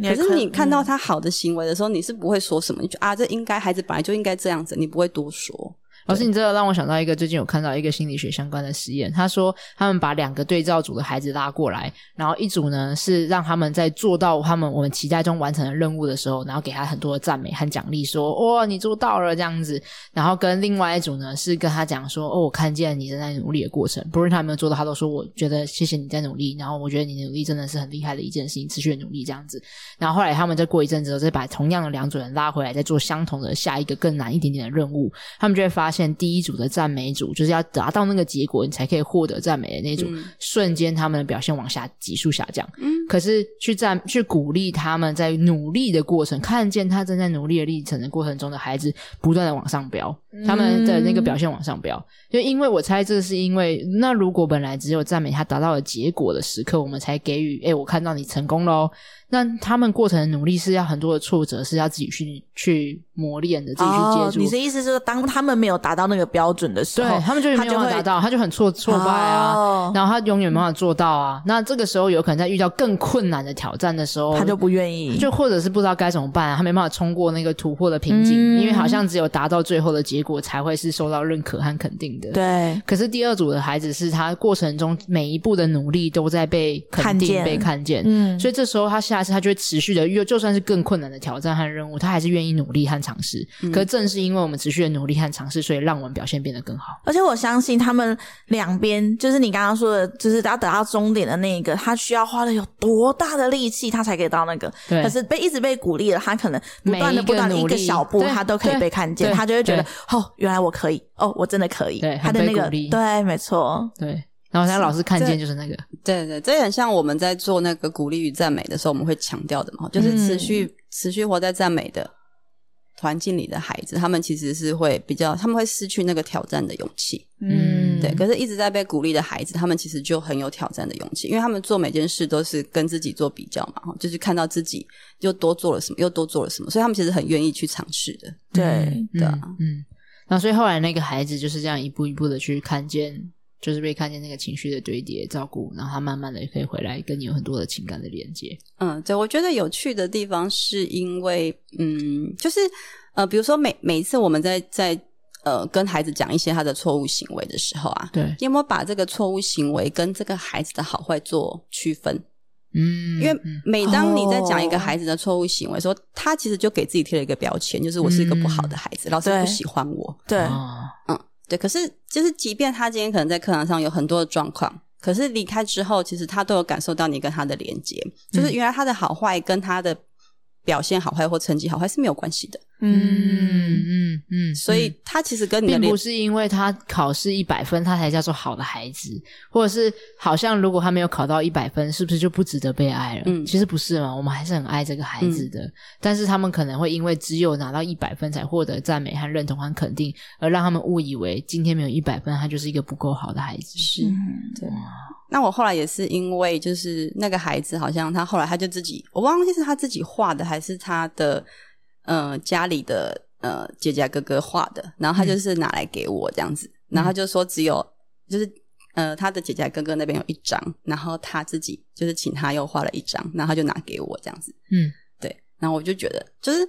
C: 可
B: 也
C: 是你
A: 嗯
C: 看
B: 嗯
C: 到他好的行为的时候，你是不会说什么，你就啊，这应该孩子本来就应该这样子，你不会多说。
A: 老师，你这个让我想到一个最近有看到一个心理学相关的实验，他说他们把两个对照组的孩子拉过来，然后一组呢是让他们在做到他们我们期待中完成的任务的时候，然后给他很多的赞美和奖励，说哇、你做到了这样子，然后跟另外一组呢是跟他讲说哦我看见你正在努力的过程，不论他有没有做到，他都说我觉得谢谢你在努力，然后我觉得你的努力真的是很厉害的一件事情，持续的努力这样子。然后后来他们再过一阵子之后，再把同样的两组人拉回来，再做相同的下一个更难一点点的任务，他们就会发现第一组的赞美组就是要达到那个结果，你才可以获得赞美的那组，
C: 嗯
A: 瞬间他们的表现往下急速下降。
C: 嗯
A: 可是去赞去鼓励他们在努力的过程，看见他正在努力的历程的过程中的孩子不断的往上飙，
B: 嗯
A: 他们的那个表现往上飙。就因为我猜这是因为，那如果本来只有赞美他达到了结果的时刻，我们才给予，哎、我看到你成功喽。那他们过程的努力是要很多的挫折，是要自己去去磨练的，自己去
B: 哦
A: 接，触。
B: 你的意思是说，当他们没有达到那个标准的时
A: 对
B: 候，
A: 他们就没
B: 他
A: 有办
B: 就
A: 法
B: 会
A: 达到，他就很挫挫败啊。
B: 哦
A: 然后他永远没办法做到啊，那这个时候有可能在遇到更困难的挑战的时候，
B: 他就不愿意，
A: 就或者是不知道该怎么办、啊，他没办法冲过那个突破的瓶颈，
B: 嗯
A: 因为好像只有达到最后的结果才会是受到认可和肯定的。。
B: 对
A: 可是第二组的孩子是他过程中每一步的努力都在被肯
B: 看
A: 定、
B: 见
A: 被看见，
B: 嗯
A: 所以这时候他下一次他就会持续的，因为就算是更困难的挑战和任务，他还是愿意努力和尝试。
B: 嗯
A: 可正是因为我们持续的努力和尝试，所以让我们表现变得更好。
B: 而且我相信他们两边，就是你刚刚说的，就是要得到终点的那一个，他需要花了有多大的力气，他才可以到那个。
A: 对
B: 可是被一直被鼓励了，他可能不
A: 每
B: 断
A: 一
B: 的
A: 个
B: 不断的一
A: 努
B: 个
A: 力
B: 小步，
A: 对
B: 他都可以
A: 对
B: 被看见，
A: 对
B: 他就会觉得
A: 对
B: 哦，原来我可以，哦，我真的可以
A: 对。
B: 他的那
A: 很被
B: 个
A: 鼓励
B: 对，没错，
A: 对。然后他老是看
C: 这
A: 见就是那个，
C: 对对，这也很像我们在做那个鼓励与赞美的时候，我们会强调的嘛，就是持续、持续活在赞美的环境里的孩子，他们其实是会比较，他们会失去那个挑战的勇气。
A: 嗯
C: 对，可是一直在被鼓励的孩子，他们其实就很有挑战的勇气，因为他们做每件事都是跟自己做比较嘛，哈就是看到自己又多做了什么，又多做了什么，所以他们其实很愿意去尝试的。
B: 对，
A: 嗯
C: 对啊
A: 嗯。那所以后来那个孩子就是这样一步一步的去看见，就是被看见那个情绪的堆叠、照顾，然后他慢慢的可以回来跟你有很多的情感的连接。
C: 嗯，对，我觉得有趣的地方是因为，嗯，就是呃，比如说每每一次我们在在呃跟孩子讲一些他的错误行为的时候啊，
A: 对，
C: 你有没有把这个错误行为跟这个孩子的好坏做区分？
A: 嗯，
C: 因为
A: 嗯
C: 每当你在讲一个孩子的错误行为的时候，他其实就给自己贴了一个标签，就是我是一个不好的孩子，老师不
B: 对
C: 喜欢我。
B: 对，
A: 哦
C: 嗯，对。可是，就是即便他今天可能在课堂上有很多的状况，可是离开之后，其实他都有感受到你跟他的连接，
A: 嗯
C: 就是原来他的好坏跟他的表现好坏或成绩好坏是没有关系的，
A: 嗯嗯嗯，
C: 所以他其实跟你的
A: 并
C: 连
A: 不是因为他考试一百分，他才叫做好的孩子，或者是好像如果他没有考到一百分，是不是就不值得被爱了？
C: 嗯
A: 其实不是嘛，我们还是很爱这个孩子的，但是他们可能会因为只有拿到一百分才获得赞美和认同和肯定，而让他们误以为今天没有一百分，他就是一个不够好的孩子。
C: 是。
A: 嗯
C: 对，那我后来也是因为就是那个孩子，好像他后来他就自己，我忘记是他自己画的还是他的呃家里的呃姐姐哥哥画的，
A: 嗯
C: 然后他就是拿来给我这样子，然后他就说只有就是呃他的姐姐哥哥那边有一张，然后他自己就是请他又画了一张，然后他就拿给我这样子，
A: 嗯，
C: 对，然后我就觉得就是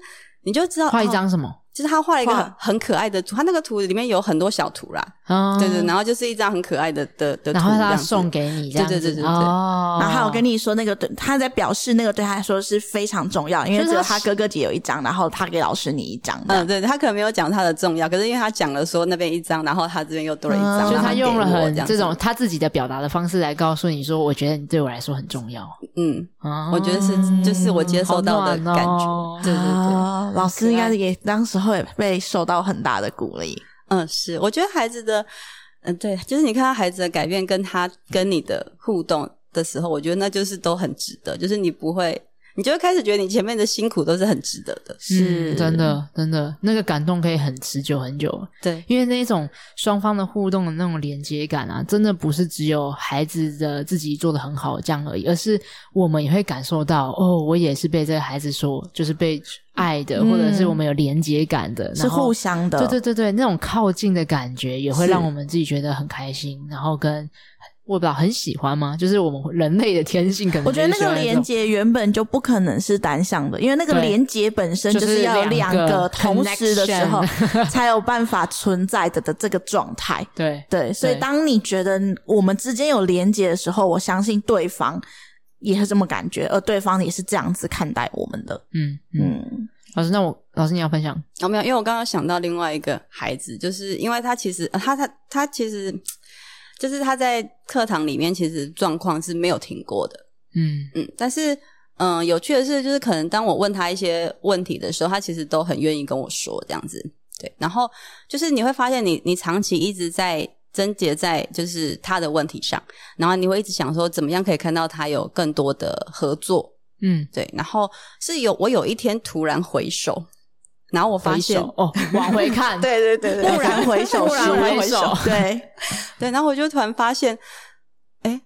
C: 你就知道
A: 画一
C: 哦
A: 张什么？
C: 就是他画了一个
B: 画
C: 很很可爱的图，他那个图里面有很多小图啦，
A: 啊，
C: 哦对对，然后就是一张很可爱的的的图，
A: 然后
C: 这
A: 他
C: 样子
A: 送给你这样子，
C: 对对对对对
A: 哦，
B: 然后还有跟你说那个对，他在表示那个对他来说是非常重要，因为
A: 就是
B: 只有
A: 他
B: 他哥哥姐有一张，然后他给老师你一张这样，
C: 嗯，对他可能没有讲他的重要，可是因为他讲了说那边一张，然后他这边又多了一
B: 嗯
C: 张，
A: 就
C: 然
A: 是
C: 后
A: 他
C: 给
A: 用了
C: 我
A: 很
C: 这样子
A: 这种，他自己的表达的方式来告诉你说，我觉得你对我来说很重要。
C: 嗯，
A: 啊
C: 我觉得是就是我接收到的
A: 好暖
C: 感
A: 哦
C: 觉，对对对，
B: 啊老师应该也当时候也被受到很大的鼓励，
C: 嗯，是，我觉得孩子的，嗯，对，就是你看到孩子的改变，跟他跟你的互动的时候，我觉得那就是都很值得，就是你不会，你就会开始觉得你前面的辛苦都是很值得的，
A: 嗯真的真的，那个感动可以很持久很久，
C: 对，
A: 因为那种双方的互动的那种连接感啊，真的不是只有孩子的自己做的很好这样而已，而是我们也会感受到哦，我也是被这个孩子所就是被爱的，
B: 嗯
A: 或者是我们有连接感的，
B: 是
A: 然后
B: 互相的，
A: 对对对对，那种靠近的感觉也会
C: 是
A: 让我们自己觉得很开心，然后跟我不知道很喜欢吗？就是我们人类的天性可能
B: 我觉得那
A: 就是喜
B: 个
A: 欢这
B: 连
A: 种
B: 接原本就不可能是单向的，因为那个
A: 对
B: 连接本身
A: 就
B: 就是是要有
A: 两
B: 两
A: 个
B: 个同时的时候
A: connection
B: 才有办法存在的的这个状态。
A: 对
B: 对，所以
A: 对
B: 当你觉得我们之间有连接的时候，我相信对方也是这么感觉，而对方也是这样子看待我们的。
A: 嗯嗯。
B: 嗯，
A: 老师，那我老师你要分享
C: 哦，没有，因为我刚刚想到另外一个孩子，就是因为他其实、呃他他他其实就是他在课堂里面其实状况是没有停过的，
A: 嗯
C: 嗯，但是嗯、呃有趣的是，就是可能当我问他一些问题的时候，他其实都很愿意跟我说这样子，对，然后就是你会发现你，你长期一直在。症结在就是他的问题上，然后你会一直想说怎么样可以看到他有更多的合作，
A: 嗯，
C: 对，然后是有我有一天突然回首，然后我发
A: 回
C: 现
A: 首哦，往回看，
B: 对对对，蓦然 回首，
A: 蓦然回首，
B: 对，
C: 对，然后我就突然发现，哎，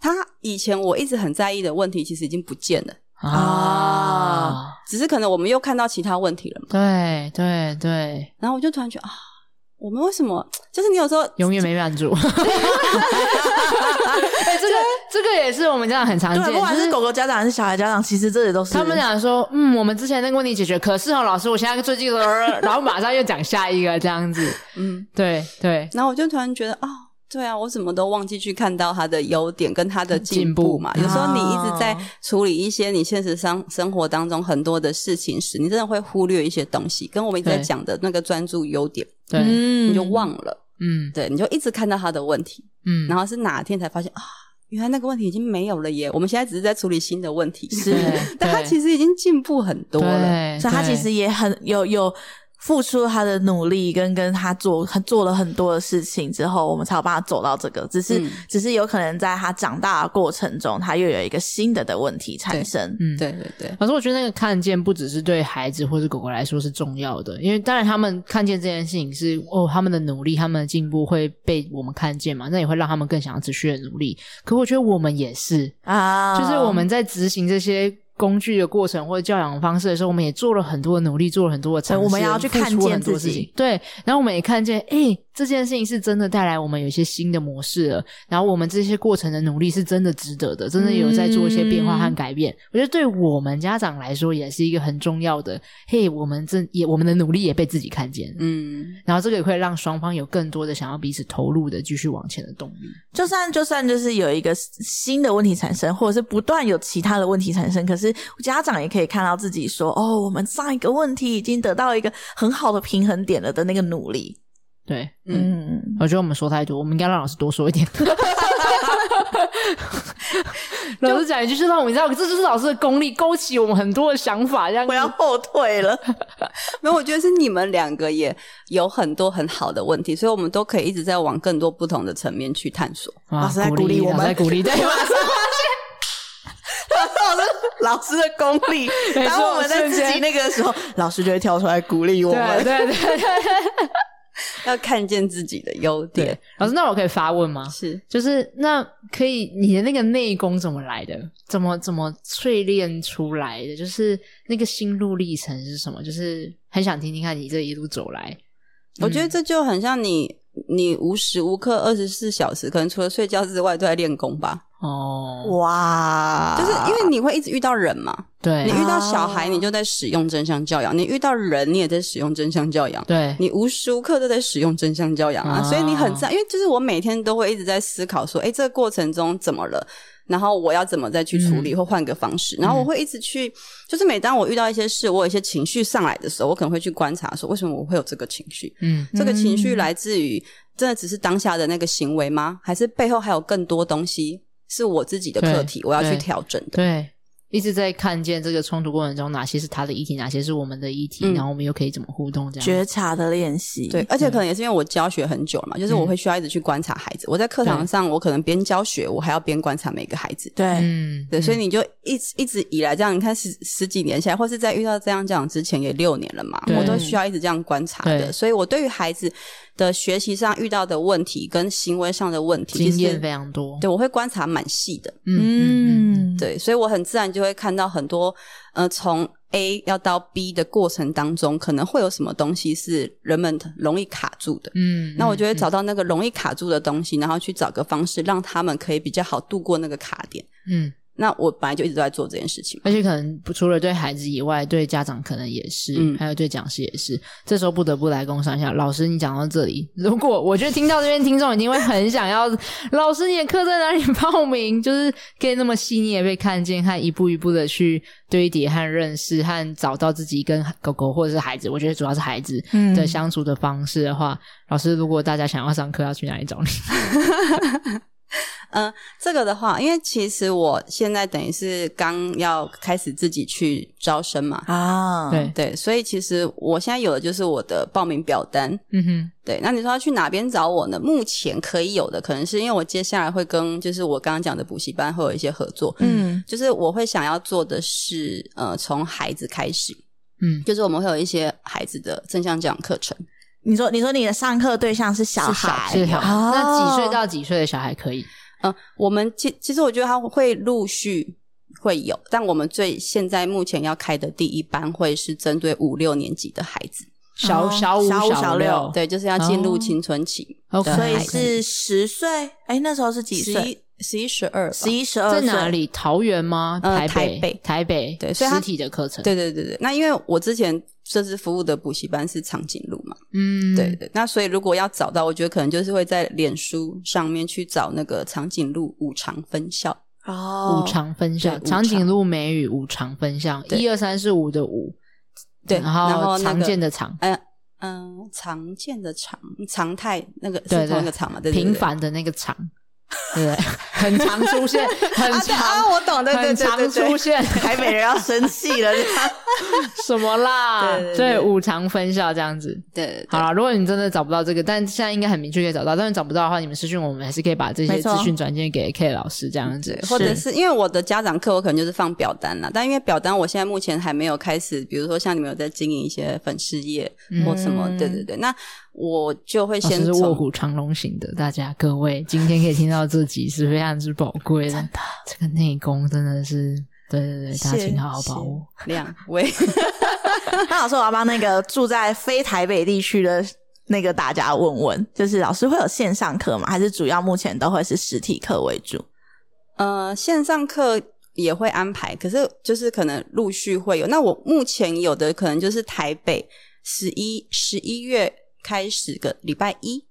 C: 他以前我一直很在意的问题，其实已经不见了，
A: 啊，
C: 只是可能我们又看到其他问题了嘛。
A: 对对对，
C: 然后我就突然觉得啊，我们为什么？就是你有时候
A: 永远没满足。 哎，这个这个也是我们家长很常
B: 对，啊
A: 见，
B: 不管
A: 就是
B: 狗狗家长还是小孩家长，其实这里都是
A: 他们俩说，嗯，我们之前那个问题解决，可是哦，老师，我现在最近，然后马上又讲下一个这样子，
C: 嗯，
A: 对对，
C: 然后我就突然觉得啊。对啊，我怎么都忘记去看到他的优点跟他的进步嘛。
A: 进
C: 有
A: 步
C: 时候你一直在
B: 啊
C: 处理一些你现实生生活当中很多的事情时，你真的会忽略一些东西，跟我们一直在
A: 对
C: 讲的那个专注优点，
A: 对，嗯
B: 嗯
C: 你就忘了。
A: 嗯
C: 对，你就一直看到他的问题，
A: 嗯，
C: 然后是哪天才发现啊，原来那个问题已经没有了耶！我们现在只是在处理新的问题，
B: 是
A: 对
C: 但他
A: 对
C: 其实已经进步很多了。
A: 对，
B: 所以他
A: 对
B: 其实也很有有付出他的努力，跟跟他做做了很多的事情之后，我们才有办法走到这个。只是、
C: 嗯
B: 只是有可能在他长大的过程中，他又有一个新的的问题产生。
A: 嗯
C: 对对对，
A: 老师，我觉得那个看见不只是对孩子或是狗狗来说是重要的，因为当然他们看见这件事情是哦，他们的努力、他们的进步会被我们看见嘛，那也会让他们更想要持续的努力。可我觉得我们也是，
B: 啊，
A: 就是我们在执行这些。工具的过程或者教养方式的时候，我们也做了很多的努力，做了很多的尝试，
B: 嗯对我们也要去
A: 付出
B: 看见
A: 很多
B: 自
A: 事
B: 己
A: 情。对，然后我们也看见，哎，这件事情是真的带来我们有一些新的模式了。然后我们这些过程的努力是真的值得的，真的有在做一些变化
B: 嗯
A: 和改变。我觉得对我们家长来说也是一个很重要的，嘿，我们这也我们的努力也被自己看见了。
C: 嗯，
A: 然后这个也会让双方有更多的想要彼此投入的继续往前的动力。
B: 就算就算就是有一个新的问题产生，或者是不断有其他的问题产生，可是家长也可以看到自己说，哦，我们上一个问题已经得到一个很好的平衡点了的那个努力。
A: 对，
B: 嗯，
A: 我觉得我们说太多，我们应该让老师多说一点。 老师讲一句，就让我们知道，这就是老师的功力，勾起我们很多的想法。这样
B: 我要后退了。
C: 没有，我觉得是你们两个也有很多很好的问题，所以我们都可以一直在往更多不同的层面去探索。
A: 哇
B: 老师在鼓励
A: 励
B: 我们
A: 老师在鼓励， 对
B: 对，马上发 现，老师的功力。
A: 没错
B: 当我们在自己那个的时候，老师就会跳出来鼓励我
A: 对
B: 们。
A: 对对对
C: 要看见自己的优点
A: 对。啊老师，那我可以发问吗？
C: 是
A: 就是那可以，你的那个内功怎么来的？怎么怎么淬炼出来的？就是那个心路历程是什么？就是很想听听看你这一路走来。
C: 我
A: 嗯
C: 觉得这就很像你，你无时无刻二十四小时，可能除了睡觉之外都在练功吧。
A: 哦，
B: 哇，
C: 就是因为你会一直遇到人嘛，
A: 啊对
C: 你遇到小
B: 啊
C: 孩，你就在使用真相教养；你遇到人，你也在使用真相教养。
A: 对，
C: 你无时无刻都在使用真相教养啊，
A: 啊
C: 所以你很在，因为就是我每天都会一直在思考说，哎，这个过程中怎么了？然后我要怎么再去处
A: 嗯
C: 理，或换个方式？然后我会一直去，就是每当我遇到一些事，我有一些情绪上来的时候，我可能会去观察说，为什么我会有这个情绪？
A: 嗯
C: 这个情绪来自于真的只是当下的那个行为吗？还是背后还有更多东西是我自己的课题，我要去
A: 对
C: 调整的？
A: 对，一直在看见这个冲突过程中，哪些是他的议题，哪些是我们的议题，
C: 嗯
A: 然后我们又可以怎么互动，这样。
B: 觉察的练习。
C: 对，，而且
A: 嗯
C: 可能也是因为我教学很久了嘛，就是我会需要一直去观察孩子。我在课堂上，我可能边教学，我还要边观察每个孩子。
B: 对，
A: 嗯，
C: 对，所以
A: 嗯
C: 你就一直一直以来这样，你看十十几年下来，或是在遇到这样教养之前也六年了嘛，
A: 对
C: 我都需要一直这样观察的。
A: 对
C: 所以我对于孩子的学习上遇到的问题跟行为上的问题，
A: 经
C: 其实
A: 验非常多。
C: 对我会观察蛮细的。
A: 嗯嗯嗯，
C: 对，所以我很自然就会看到很多，呃，从 A 要到 B 的过程当中，可能会有什么东西是人们容易卡住的。
A: 嗯，
C: 那我就会找到那个容易卡住的东西，然后去找个方式让他们可以比较好度过那个卡点。
A: 嗯，
C: 那我本来就一直都在做这件事情嘛。
A: 而且可能不除了对孩子以外，对家长可能也是，
C: 嗯
A: 还有对讲师也是。这时候不得不来工商一下，老师，你讲到这里，如果我觉得听到这边听众一定会很想要，老师你的课在哪里报名？就是可以那么细腻的被看见，和一步一步的去堆叠和认识，和找到自己跟狗狗或者是孩子，我觉得主要是孩子
B: 嗯
A: 的相处的方式的话，老师，如果大家想要上课，要去哪里找你？
C: 嗯、这个的话，因为其实我现在等于是刚要开始自己去招生嘛，
B: 啊，
A: 对，
C: 对，所以其实我现在有的就是我的报名表单，
A: 嗯哼，
C: 对，那你说要去哪边找我呢？目前可以有的，可能是因为我接下来会跟就是我刚刚讲的补习班会有一些合作，
B: 嗯
C: 就是我会想要做的是，呃，从孩子开始，
A: 嗯，
C: 就是我们会有一些孩子的正向教养课程，
B: 你说你说你的上课对象是小孩，
A: 是好。
B: 哦
A: 那几岁到几岁的小孩可以？
C: 嗯、我们其其实我觉得他会陆续会有，但我们最现在目前要开的第一班会是针对五六年级的孩子，
A: 小
B: 哦
A: 小五、
B: 小五小六
A: 六，
C: 对，就是要进入
A: 哦
C: 青春期
A: ，OK，
C: 的
B: 所
C: 孩
B: 以
C: 子，
B: 是十岁，哎，那时候是几
C: 十
B: 岁？
C: 一、十一、十二吧，
B: 十一、十二
A: 在
B: 岁
A: 哪？里？桃园吗？台北，
C: 呃台北
A: 台北，
C: 对所以它
A: 实体的课程，，
C: 对对对对，那因为我之前设置服务的补习班是长颈鹿嘛，
A: 嗯，
C: 对，对，那所以如果要找到，我觉得可能就是会在脸书上面去找那个长颈鹿五常分校，
B: 哦
A: 五，常分校，
C: 对五
A: 长
C: 常
A: 颈鹿美语五常分校，
C: 对
A: 一二三四五的五，
C: 对，
A: 然
C: 后
A: 后
C: 那
A: 常
C: 个
A: 见的常，
C: 嗯、常见的常常态那个
A: 对
C: 是
A: 对
C: 同一个常嘛，对对对
A: 平凡的那个常，对不对， 很常出现，很
C: 啊对啊，
A: 常，
C: 我懂，对对
A: 很
C: 对对
A: 常出
C: 对，
A: 现
B: 台北人要生 气了，
A: 什么啦
C: 对？对对
A: 对，五常分校这样子，
C: 对对
A: 好啦，如果你真的找不到这个，但现在应该很明确可以找到。但是找不到的话，你们私讯我们还是可以把这些
B: 没错
A: 资讯转借给 K 老师这样子
C: 对，，或者是因为我的家长课，我可能就是放表单啦，但因为表单我现在目前还没有开始，比如说像你们有在经营一些粉丝页
A: 嗯
C: 或什么，对对对，那我就会先
A: 哦老师是卧
C: 从
A: 虎藏龙型的，大家各位今天可以听到这集是非常之宝贵的，真的，这个内功真的是对对对，大家
B: 谢
A: 请好好把握。
C: 两 位
B: 那老师，我要帮那个住在非台北地区的那个大家问问，就是老师会有线上课吗？还是主要目前都会是实体课为主？
C: 呃，线上课也会安排，可是就是可能陆续会有。那我目前有的可能就是台北十一十一月开始的礼拜一，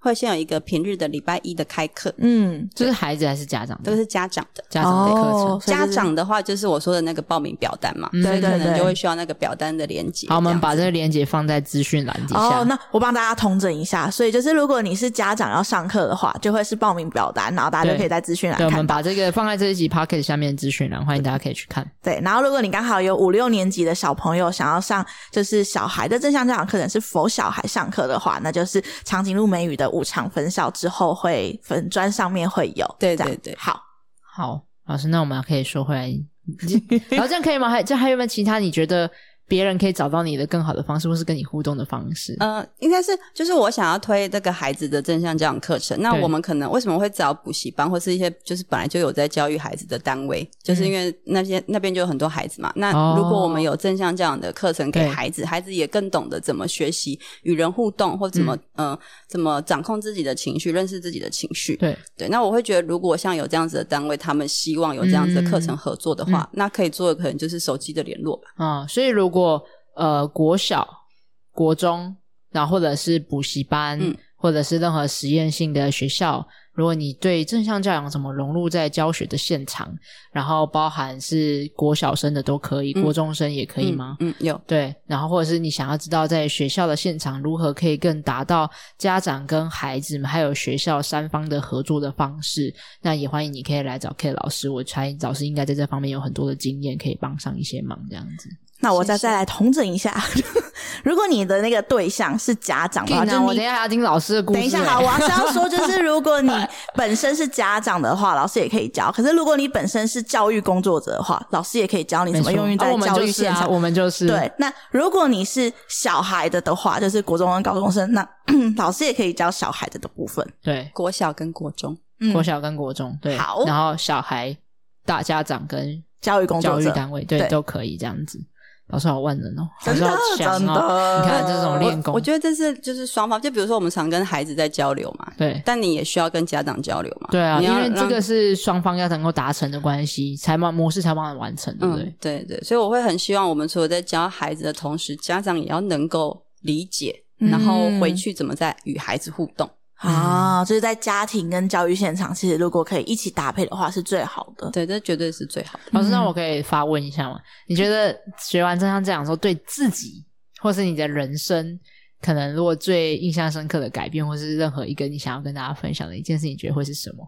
C: 会先有一个平日的礼拜一的开课，
B: 嗯，
A: 这是孩子还是家长的？
C: 都是家长的。
A: 家长的课程。
B: 哦所以就
C: 家
B: 是
C: 长的话，就是我说的那个报名表单嘛，
A: 嗯
C: 所
A: 对
C: 以可
B: 对
C: 能
B: 对
C: 就会需要那个表单的连接。
A: 好，我们
C: 这样
A: 把
C: 子
A: 这个链接放在资讯栏底下。
B: 哦，那我帮大家统整一下，所以就是如果你是家长要上课的话，就会是报名表单，然后大家
A: 对
B: 就可以在资讯栏
A: 对，我
B: 看
A: 们
B: 到。
A: 把这个放在这一集 p o c k e t 下面的资讯栏，欢迎大家可以去看。
B: 对，然后如果你刚好有五六年级的小朋友想要上就是小孩的正向教养课程是否小孩上课的话，那就是长颈鹿美语的五常分校之后会粉砖上面会有。
C: 对
B: 这样
C: 对对
B: 好，
A: 好，老师，那我们可以说回来， 然后这样可以吗？还这样还有没有其他你觉得别人可以找到你的更好的方式，或是跟你互动的方式？
C: 呃，应该是就是我想要推这个孩子的正向教养课程。那
A: 对
C: 我们可能为什么会找补习班或是一些就是本来就有在教育孩子的单位，就是因为那些那边就有很多孩子嘛。那
A: 嗯哦
C: 如果我们有正向教养的课程给
A: 对
C: 孩子，孩子也更懂得怎么学习与人互动，或怎么嗯、呃怎么掌控自己的情绪，认识自己的情绪。
A: 对，
C: 对，那我会觉得，如果像有这样子的单位，他们希望有这样子的课
A: 嗯
C: 程合作的话，那可以做的可能就是手机的联络吧。
A: 啊、所以如果呃国小、国中，然后或者是补习班，
C: 嗯
A: 或者是任何实验性的学校，如果你对正向教养怎么融入在教学的现场，然后包含是国小生的都可以，
C: 嗯
A: 国中生也可以
C: 嗯
A: 吗？
C: 嗯，有。
A: 对，然后或者是你想要知道在学校的现场如何可以更达到家长跟孩子们还有学校三方的合作的方式，那也欢迎你可以来找 K 老师，我猜老师应该在这方面有很多的经验，可以帮上一些忙这样子。
B: 那我再
C: 谢谢
B: 再来统整一下， 如果你的那个对象是家长的话，
A: 天
B: 就
A: 哪我
B: 你
A: 等一下还要听老师的故事、欸
B: 等一下，好，我要是要说， 就是如果你本身是家长的话，老师也可以教；可是如果你本身是教育工作者的话，老师也可以教你
A: 没
B: 怎么
A: 错，
B: 用于
A: 啊
B: 在
A: 我们
B: 教
A: 就
B: 育
A: 是
B: 现
A: 啊，
B: 场。
A: 我们就是
B: 对，那如果你是小孩的的话，就是国中跟高中生，那 老师也可以教小孩的的部分。
A: 对，
C: 国小跟国中，
B: 嗯
A: 国小跟国中对，
B: 好
A: 然后小孩、大家长跟
B: 教育工作
A: 教育
B: 者，
A: 单位对
B: 对
A: 都可以这样子。老师好万能哦，老
B: 真
A: 师
B: 的
A: 好强
B: 真
A: 哦，
B: 的，
A: 你看这种练功
C: 呃我我觉得这是就是双方，就比如说我们常跟孩子在交流嘛，
A: 对。
C: 但你也需要跟家长交流嘛。
A: 对啊，
C: 你
A: 因
C: 要
A: 为这
C: 让
A: 个是双方要能够达成的关系，才慢模式才慢慢完成，对不对？
C: 嗯，对对，所以我会很希望我们除了在教孩子的同时，家长也要能够理解，
B: 嗯
C: 然后回去怎么再与孩子互动。
B: 啊，就是在家庭跟教育现场，其实如果可以一起搭配的话，是最好的。
C: 对，这绝对是最好的。
A: 老师，
B: 嗯
A: 那我可以发问一下吗？你觉得学完正向这样说，对自己或是你的人生，可能如果最印象深刻的改变，或是任何一个你想要跟大家分享的一件事，你觉得会是什么？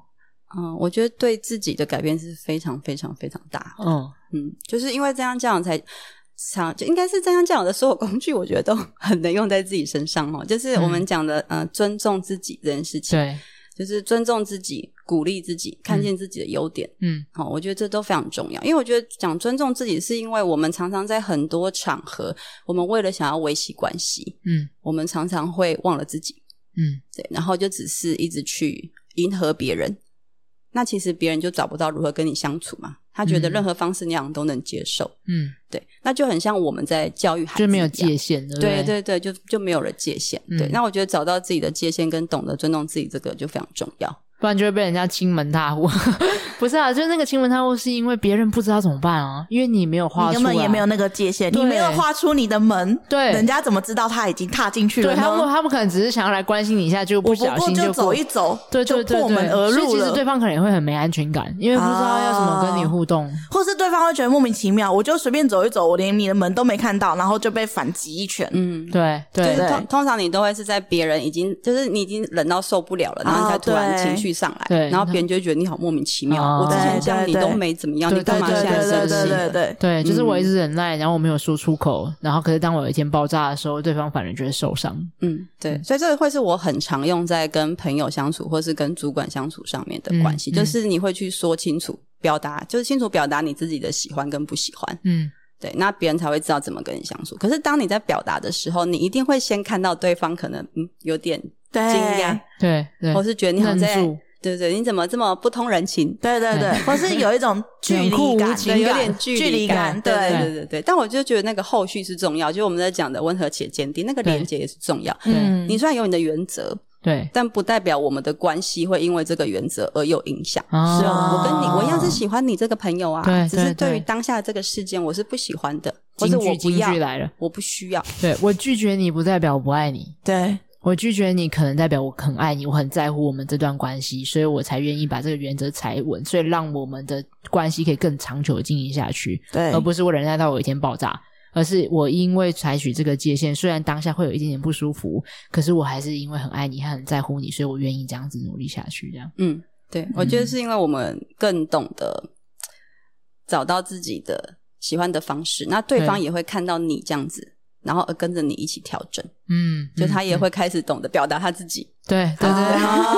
C: 嗯，我觉得对自己的改变是非常非常非常大。
A: 嗯，
C: 嗯，就是因为这样教养才。想就应该是这样教养的所有工具，我觉得都 很能用在自己身上哦。就是我们
A: 嗯
C: 讲的，呃，尊重自己这件事情。
A: 对，
C: 就是尊重自己、鼓励自己、看见自己的优点。
A: 嗯
C: 好、我觉得这都非常重要，因为我觉得讲尊重自己，是因为我们常常在很多场合，我们为了想要维系关系，
A: 嗯
C: 我们常常会忘了自己，
A: 嗯，
C: 对，然后就只是一直去迎合别人，那其实别人就找不到如何跟你相处嘛。他觉得
A: 嗯
C: 任何方式你好像都能接受，
A: 嗯，
C: 对，那就很像我们在教育孩子
A: 就没有
C: 一样
A: 界限，对不
C: 对
A: 对
C: 对对，就就没有了界限。对，
A: 嗯
C: 那我觉得找到自己的界限跟懂得尊重自己，这个就非常重要。
A: 不然就会被人家亲门踏户。 不是啊，就是那个亲门踏户是因为别人不知道怎么办啊，因为你没有画
B: 你
A: 出
B: 根
A: 来，
B: 本也没有那个界限，
A: 对
B: 你没有画出你的门，
A: 对
B: 人家怎么知道他已经踏进去了
A: 对
B: 呢？
A: 他们，他们可能只是想要来关心你一下，就
B: 我不
A: 小
B: 过
A: 心
B: 就
A: 过
B: 走一走，
A: 对对
B: 就
A: 对
B: 破门
A: 对
B: 而
A: 所以
B: 入
A: 其实
B: 了
A: 对。方可能也会很没安全感，因为不知道要怎么跟
C: 啊
A: 你互动。
B: 或是对方会觉得莫名其妙，我就随便走一走，我连你的门都没看到，然后就被反击一拳。
C: 嗯，
A: 对
C: 就是
A: 对
B: 对
C: 通通常你都会是在别人已经就是你已经忍到受不了了，然后你才突然
B: 哦对
C: 情绪上来，
A: 对
C: 然后别人就会觉得你好莫名其妙，
A: 哦
C: 我之前
B: 对
C: 这样
B: 对
C: 你都
B: 对
C: 没怎么样，
A: 对
C: 你干嘛
B: 对
C: 现
B: 对
C: 在
B: 对
C: 生
B: 对
C: 气
B: 对
C: 了？
B: 对，
A: 对，就是我
C: 嗯
A: 一直忍耐，然后我没有说出口，然后可是当我有一天爆炸的时候，对方反而觉得受伤。
C: 嗯，对，所以这个会是我很常用在跟朋友相处或是跟主管相处上面的关
A: 嗯
C: 系，就是你会去说清楚。表达就是清楚表达你自己的喜欢跟不喜欢，
A: 嗯，
C: 对，那别人才会知道怎么跟你相处。可是当你在表达的时候，你一定会先看到对方可能嗯有点惊
B: 对
C: 讶，
A: 对对
C: 哦或，是觉得你好像
A: 愣
C: 在
A: 住，
C: 对对，你怎么这么不通人情？
B: 对对对，或是有一种距
A: 冷酷
B: 离
A: 无
B: 感，
A: 情
C: 对，有
A: 感
C: 点距
B: 距离感
C: 感，对
B: 对
C: 对对对对。但我就觉得那个后续是重要，就是我们在讲的温和且坚定，那个
A: 对
C: 连接也是重要。
B: 嗯，
C: 你虽然有你的原则，
A: 对，
C: 但不代表我们的关系会因为这个原则而有影响。
A: 啊哦
C: 是啊，我跟你，我一样是
A: 喜
C: 喜欢你这个朋友啊，
A: 对
C: 只
A: 对
C: 是对
A: 对
C: 于当下这个事件，我是不喜欢的，或
A: 京
C: 者我
A: 剧
C: 不
A: 京
C: 要
A: 剧，来了，
C: 我不需要。
A: 对我拒绝你不代表我不爱你，
B: 对
A: 我拒绝你，可能代表我很爱你，我很在乎我们这段关系，所以我才愿意把这个原则踩稳，所以让我们的关系可以更长久的经营下去，
B: 对
A: 而，不是我忍耐到有一天爆炸，而是我因为采取这个界限，虽然当下会有一点点不舒服，可是我还是因为很爱你，还很在乎你，所以我愿意这样子努力下去。这样，
C: 嗯，对，我觉得是因为我们更懂得找到自己的喜欢的方式，那对方
A: 对
C: 也会看到你这样子，然后而跟着你一起调整，
A: 嗯，
C: 就
A: 嗯
C: 他也
A: 嗯
C: 会开始懂得表达他自己，
A: 对对对哦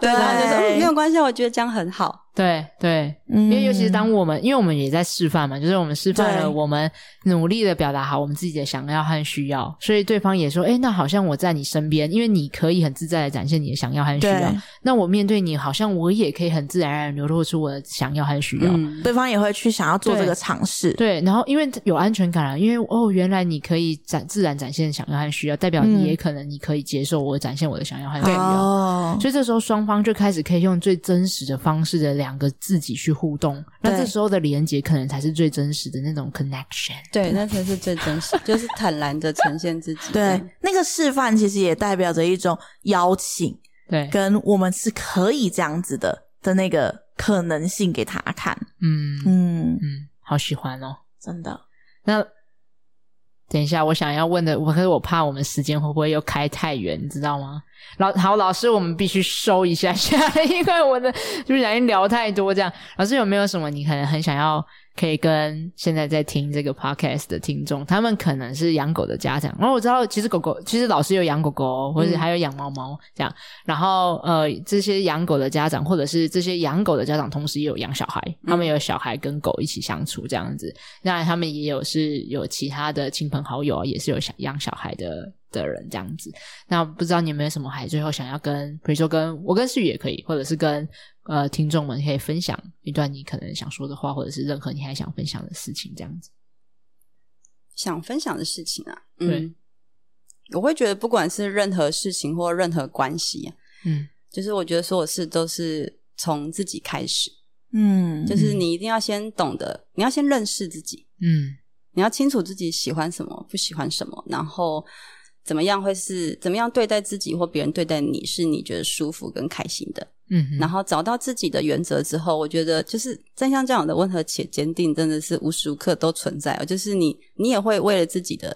A: 对
B: 啊对
C: 然后就说嗯没有关系啊，我觉得这样很好。
A: 对对，
B: 因
C: 嗯
A: 因为尤其是当我们，因为我们也在示范嘛，就是我们示范
B: 对
A: 了，我们努力的表达好我们自己的想要和需要，所以对方也说，哎，那好像我在你身边，因为你可以很自在的展现你的想要和需要
B: 对，
A: 那我面对你，好像我也可以很自然而然流露出我的想要和需要。
C: 嗯，
B: 对方也会去想要做
A: 对
B: 这个尝试，
A: 对，然后因为有安全感了，因为哦，原来你可以展自然展现想要和需要，代表
B: 嗯
A: 你也可能你可以接受我展现我的想要和需要，
B: 哦，
A: 所以这时候双方就开始可以用最真实的方式的两个自己去互动，那
B: 对
A: 这时候的连接可能才是最真实的那种 connection。
C: 对，那才是最真实，就是坦然的呈现 自己。
B: 对，那个示范其实也代表着一种邀请，
A: 对，
B: 跟我们是可以这样子的的那个可能性给他看。
A: 嗯
B: 嗯，
A: 嗯，好喜欢哦。
B: 真的，
A: 那等一下，我想要问的，我可是我怕我们时间会不会又开太远，你知道吗？老好，老师，我们必须收一下下， 因为我的就是小心聊太多这样。老师有没有什么你可能很想要可以跟现在在听这个 podcast 的听众，他们可能是养狗的家长，然后我知道其实狗狗其实老师有养狗狗哦，或者还有养猫猫这样，然后呃这些养狗的家长，或者是这些养狗的家长，同时也有养小孩，他们有小孩跟狗一起相处这样子，那他们也有是有其他的亲朋好友，啊也是有想养小孩的的人这样子。那不知道你有没有什么还最后想要跟，比如说跟我跟世宇也可以，或者是跟呃听众们可以分享一段你可能想说的话，或者是任何你还想分享的事情这样子。
C: 想分享的事情啊，
A: 对
C: 嗯，我会觉得不管是任何事情或任何关系、啊
A: 嗯，
C: 就是我觉得所有事都是从自己开始，
B: 嗯，
C: 就是你一定要先懂得，你要先认识自己，
A: 嗯
C: 你要清楚自己喜欢什么，不喜欢什么，然后怎么样会是怎么样对待自己或别人对待你是你觉得舒服跟开心的，
A: 嗯哼，
C: 然后找到自己的原则之后，我觉得就是正像这样的温和且坚定，真的是无时无刻都存在哦。就是你，你也会为了自己的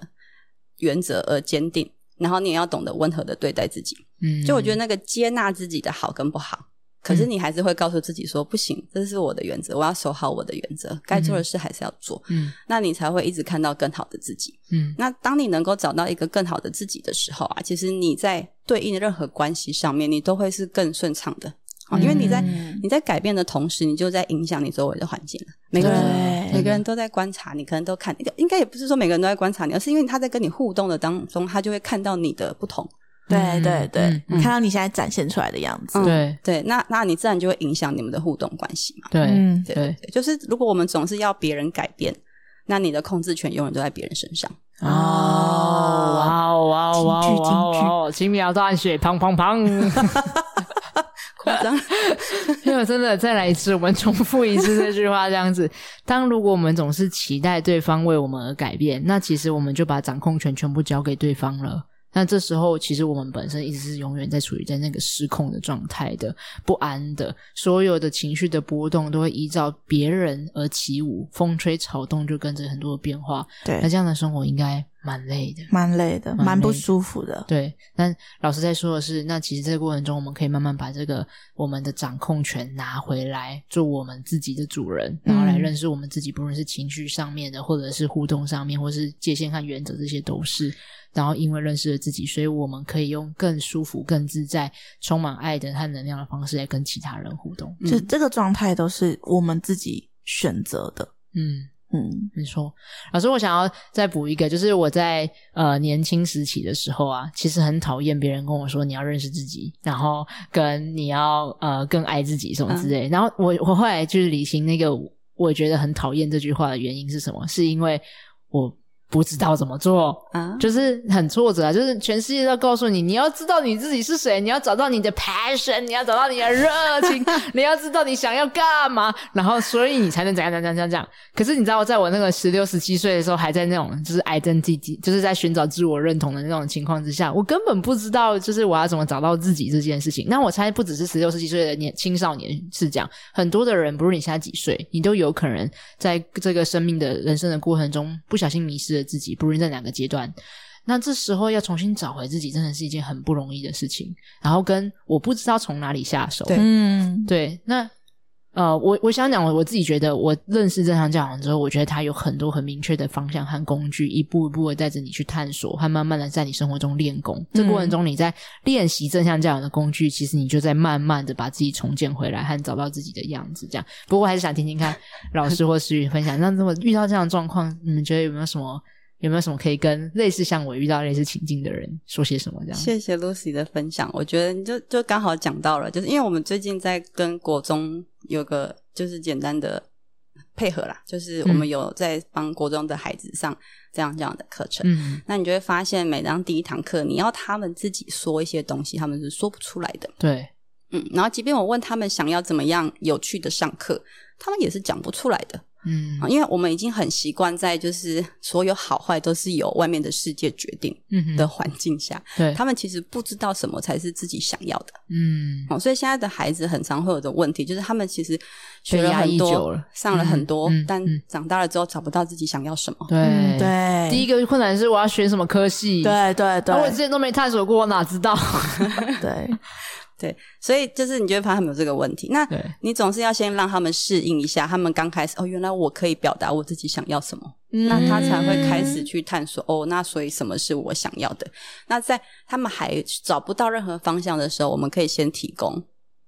C: 原则而坚定，然后你也要懂得温和的对待自己。
A: 嗯，
C: 就我觉得那个接纳自己的好跟不好，可是你还是会告诉自己说，不行，这是我的原则，我要守好我的原则，该做的事还是要做。
A: 嗯
C: 那你才会一直看到更好的自己。
A: 嗯
C: 那当你能够找到一个更好的自己的时候啊，其实你在对应的任何关系上面，你都会是更顺畅的。啊，因为你在、
B: 嗯
C: 你在改变的同时，你就在影响你周围的环境了。每个人
B: 对
C: 每个人都在观察你，可能都看，应该也不是说每个人都在观察你，而是因为他在跟你互动的当中，他就会看到你的不同。
B: 对对对
A: 嗯，嗯
B: 看到你现在展现出来的样子，
A: 对
C: 对，那那你自然就会影响你们的互动关系嘛。
A: 对
B: 嗯，
C: 对
A: 对
C: 对，就是如果我们总是要别人改变，那你的控制权永远都在别人身上。
A: 哦哇哦哇哦哇哦哇哦哇哦！轻描淡写，砰砰砰！
C: 夸张，
A: 因为我真的再来一次，我们重复一次这句话，这样子。当如果我们总是期待对方为我们而改变，那其实我们就把掌控权全部交给对方了。那这时候，其实我们本身一直是永远在处于在那个失控的状态的、不安的，所有的情绪的波动都会依照别人而起舞，风吹草动就跟着很多的变化。那
B: 对，
A: 这样的生活应该蛮累的。
B: 蛮累的，
A: 蛮
B: 蛮不
A: 累的
B: 舒服的，
A: 对，但老师在说的是，那其实这个过程中，我们可以慢慢把这个我们的掌控权拿回来，做我们自己的主人，然后来
B: 嗯
A: 认识我们自己，不论是情绪上面的，或者是互动上面，或是界限和原则，这些都是。然后因为认识了自己，所以我们可以用更舒服、更自在、充满爱的和能量的方式来
B: 嗯
A: 跟其他人互动。
B: 就这个状态都是我们自己选择的，
A: 嗯，
B: 嗯，
A: 没错，老师，我想要再补一个，就是我在呃年轻时期的时候啊，其实很讨厌别人跟我说你要认识自己，然后跟你要呃更爱自己什么之类。然后我我后来就是理清那个我觉得很讨厌这句话的原因是什么，是因为我不知道怎么做，
C: 啊，
A: 就是很挫折啊！就是全世界都告诉你，你要知道你自己是谁，你要找到你的 passion，你要找到你的热情，你要知道你想要干嘛，然后所以你才能怎样怎样怎样怎样。可是你知道，在我那个十六十七岁的时候，还在那种就是 identity，就是在寻找自我认同的那种情况之下，我根本不知道就是我要怎么找到自己这件事情。那我猜不只是十六十七岁的年青少年是这样，很多的人，不论你现在几岁，你都有可能在这个生命的人生的过程中，不小心迷失了自己，不论在哪个阶段。那这时候要重新找回自己，真的是一件很不容易的事情。然后跟我不知道从哪里下手，
C: 对
B: 嗯，
A: 对，那呃，我我想讲，我我自己觉得，我认识正向教养之后，我觉得它有很多很明确的方向和工具，一步一步的带着你去探索，和慢慢的在你生活中练功。这
C: 嗯
A: 过程中，你在练习正向教养的工具，其实你就在慢慢的把自己重建回来，和找到自己的样子。这样，不过我还是想听听看老师或思雨分享，那如果遇到这样的状况，你们觉得有没有什么？有没有什么可以跟类似像我遇到类似情境的人说些什么？这样
C: 谢谢 Lucy 的分享，我觉得你就就刚好讲到了，就是因为我们最近在跟国中有个就是简单的配合啦，就是
A: 嗯
C: 我们有在帮国中的孩子上这样这样的课程。
A: 嗯，
C: 那你就会发现，每当第一堂课，你要他们自己说一些东西，他们是说不出来的。
A: 对，
C: 嗯，然后即便我问他们想要怎么样有趣的上课，他们也是讲不出来的
A: 嗯
C: 啊，因为我们已经很习惯在就是所有好坏都是由外面的世界决定
A: 嗯哼
C: 的环境下，
A: 对，
C: 他们其实不知道什么才是自己想要的。
A: 嗯
C: 哦，所以现在的孩子很常会有的问题，就是他们其实学了
A: 被压抑
C: 很
A: 久
C: 多，
A: 了
C: 上了很多，
A: 嗯嗯
C: 但
A: 嗯
C: 长大了之后找不到自己想要什么。
A: 对
B: 嗯对，
A: 第一个困难是我要选什么科系，
B: 对对
A: 啊，我
B: 对
A: 之前都没探索过，我哪知道？
B: 对，
C: 对，所以就是你就会发现他们有这个问题。那
A: 对，
C: 你总是要先让他们适应一下，他们刚开始哦，原来我可以表达我自己想要什么，那
B: 嗯
C: 他才会开始去探索哦，那所以什么是我想要的？那在他们还找不到任何方向的时候，我们可以先提供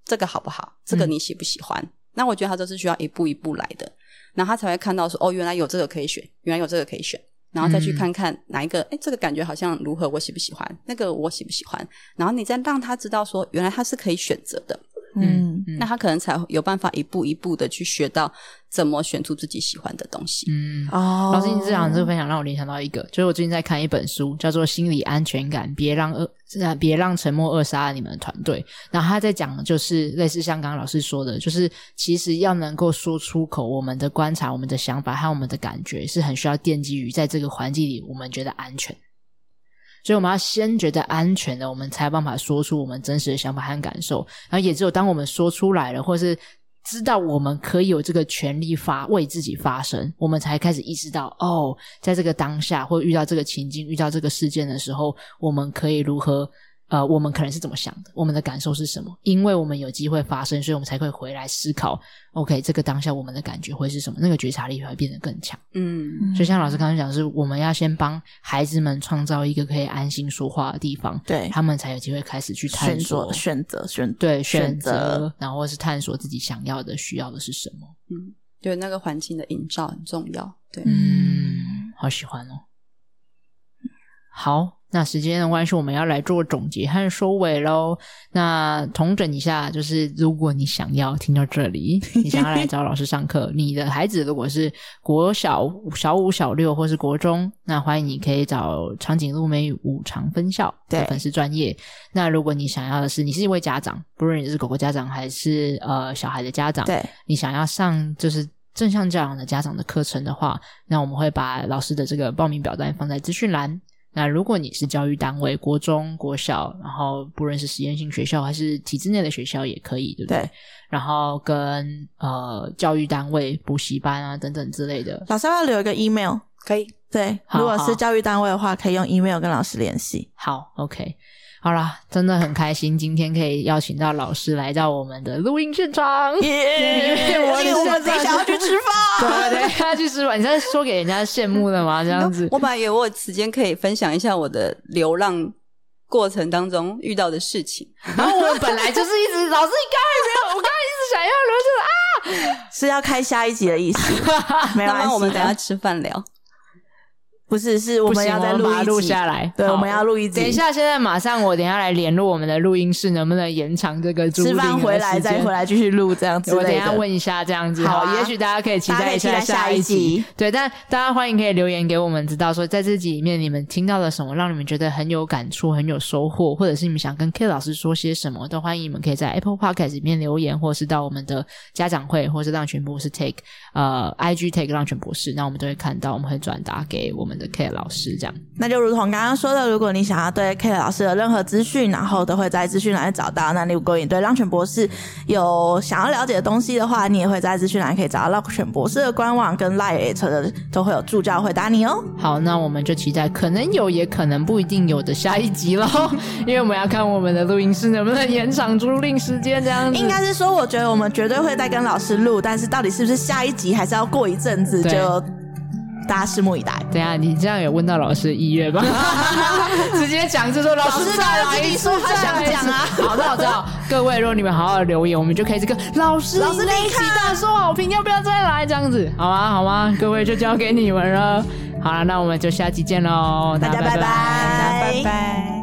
C: 这个好不好？这个
A: 嗯
C: 你喜不喜欢？那我觉得他都是需要一步一步来的，然后他才会看到说哦，原来有这个可以选，原来有这个可以选。然后再去
A: 嗯
C: 看看哪一个，哎，这个感觉好像如何，我喜不喜欢？那个我喜不喜欢？然后你再让他知道说，原来他是可以选择的，
B: 嗯，
A: 嗯
C: 那他可能才有办法一步一步的去学到怎么选出自己喜欢的东西。
A: 嗯。
B: 哦，
A: 老师，你这讲这个分享让我联想到一个，就是我最近在看一本书，叫做《心理安全感》，别让恶，呃别让沉默扼杀了你们的团队。然后他在讲，的就是类似像刚刚老师说的，就是其实要能够说出口我们的观察、我们的想法和我们的感觉，是很需要奠基于在这个环境里我们觉得安全。所以我们要先觉得安全的，我们才有办法说出我们真实的想法和感受。然后也只有当我们说出来了，或是知道我们可以有这个权利发为自己发声，我们才开始意识到哦，在这个当下或遇到这个情境、遇到这个事件的时候，我们可以如何。呃，我们可能是怎么想的？我们的感受是什么？因为我们有机会发生，所以我们才会回来思考。OK，这个当下我们的感觉会是什么？那个觉察力会变得更强。
C: 嗯，
A: 就像老师刚才讲的是，我们要先帮孩子们创造一个可以安心说话的地方，
B: 对
A: 他们才有机会开始去探
B: 选
A: 索
B: 择，选择选
A: 对
B: 选
A: 选择，然后或是探索自己想要的、需要的是什么。
C: 对，那个环境的营造很重要。对，
A: 嗯，好喜欢哦。好，那时间的关系，我们要来做总结和收尾喽。那统整一下，就是如果你想要听到这里，你想要来找老师上课， 你的孩子如果是国小小五、小六或是国中，那欢迎你可以找长颈鹿美语五常分校的
B: 对
A: 粉丝专业。那如果你想要的是，你是一位家长，不论你是狗狗家长还是呃小孩的家长，
B: 对
A: 你想要上就是正向教养的家长的课程的话，那我们会把老师的这个报名表单放在资讯栏。那如果你是教育单位，国中、国小，然后不论是实验性学校还是体制内的学校也可以，对不对？
B: 对。
A: 然后跟呃教育单位、补习班啊等等之类的，
B: 老师要不要留一个 email？
C: 可以。
B: 对，
A: 好
B: 如果
A: 好
B: 是教育单位的话，可以用 email 跟老师联系。
A: 好，OK，好啦，真的很开心，今天可以邀请到老师来到我们的录音现场。
B: 耶
A: 我
B: 而且我们
A: 现
B: 等
A: 在
B: 一下要去吃
A: 对
B: 饭。
A: 对，他去吃饭，你在说给人家羡慕的 吗？这样子，
C: 我本来以为我有时间可以分享一下我的流浪过程当中遇到的事情，
A: 然后我本来就是一直，老师，你刚才没有，我刚才一直想要，然后就是啊，
B: 是要开下一集的意思，没
C: 那
B: 关
C: 么
B: 系，
C: 我们等一下吃饭聊。
B: 不是，是我
A: 不
B: 们
A: 行
B: 要再
A: 我
B: 录
A: 把它
B: 一
A: 录
B: 集
A: 下来
B: 对，
A: 好
B: 我们要录一集。
A: 等一，下，现在马上，我等一下来联络我们的录音室，能不能延长这个租
B: 吃
A: 赁
B: 饭
A: 的
B: 回来
A: 时间
B: 再回来继续录这样之
A: 我等
B: 类
A: 一下
B: 的。
A: 问一下这样子，
B: 好啊
A: 也许大家可以期
B: 大
A: 待
B: 家可以
A: 一
B: 期
A: 下
B: 待下
A: 集
B: 一集。
A: 对，但大家欢迎可以留言给我们，知道说在这集里面你们听到了什么，让你们觉得很有感触、很有收获，或者是你们想跟 K 老师说些什么，都欢迎你们可以在 Apple Podcast 里面留言，或是到我们的家长会，或是让全博士 Take 呃 IG Take 让全博士，那我们都会看到，我们会转达给我们的 K 老师这样。
B: 那就如同刚刚说的，如果你想要对 K 老师的任何资讯，然后都会在资讯栏找到。那如果你对浪犬博士有想要了解的东西的话，你也会在资讯栏可以找到浪犬博士的官网跟 Line 的都会有助教回答你哦。
A: 好，那我们就期待可能有，也可能不一定有的下一集 喽，因为我们要看我们的录音室能不能延长租赁时间，这样子
B: 应该是说，我觉得我们绝对会再跟老师录，但是到底是不是下一集，还是要过一阵子，
A: 对
B: 就大家拭目以待。
A: 等一下，你这样有问到老师的意 愿吧？直接讲就说老师
B: 老师
A: 再来一
B: 刚刚自己
A: 次，
B: 说他
A: 再来一次
B: 想讲啊
A: 好，那我知道。各位，如果你们好好留言，我们就可以这个老师
B: 老师
A: 你那一
B: 你
A: 集
B: 看
A: 大受好评，要不要再来这样子？好吗？好吗？各位就啊交给你们了。好了，那我们就下期见喽，
B: 大家
A: 拜
B: 拜拜，
C: 拜拜。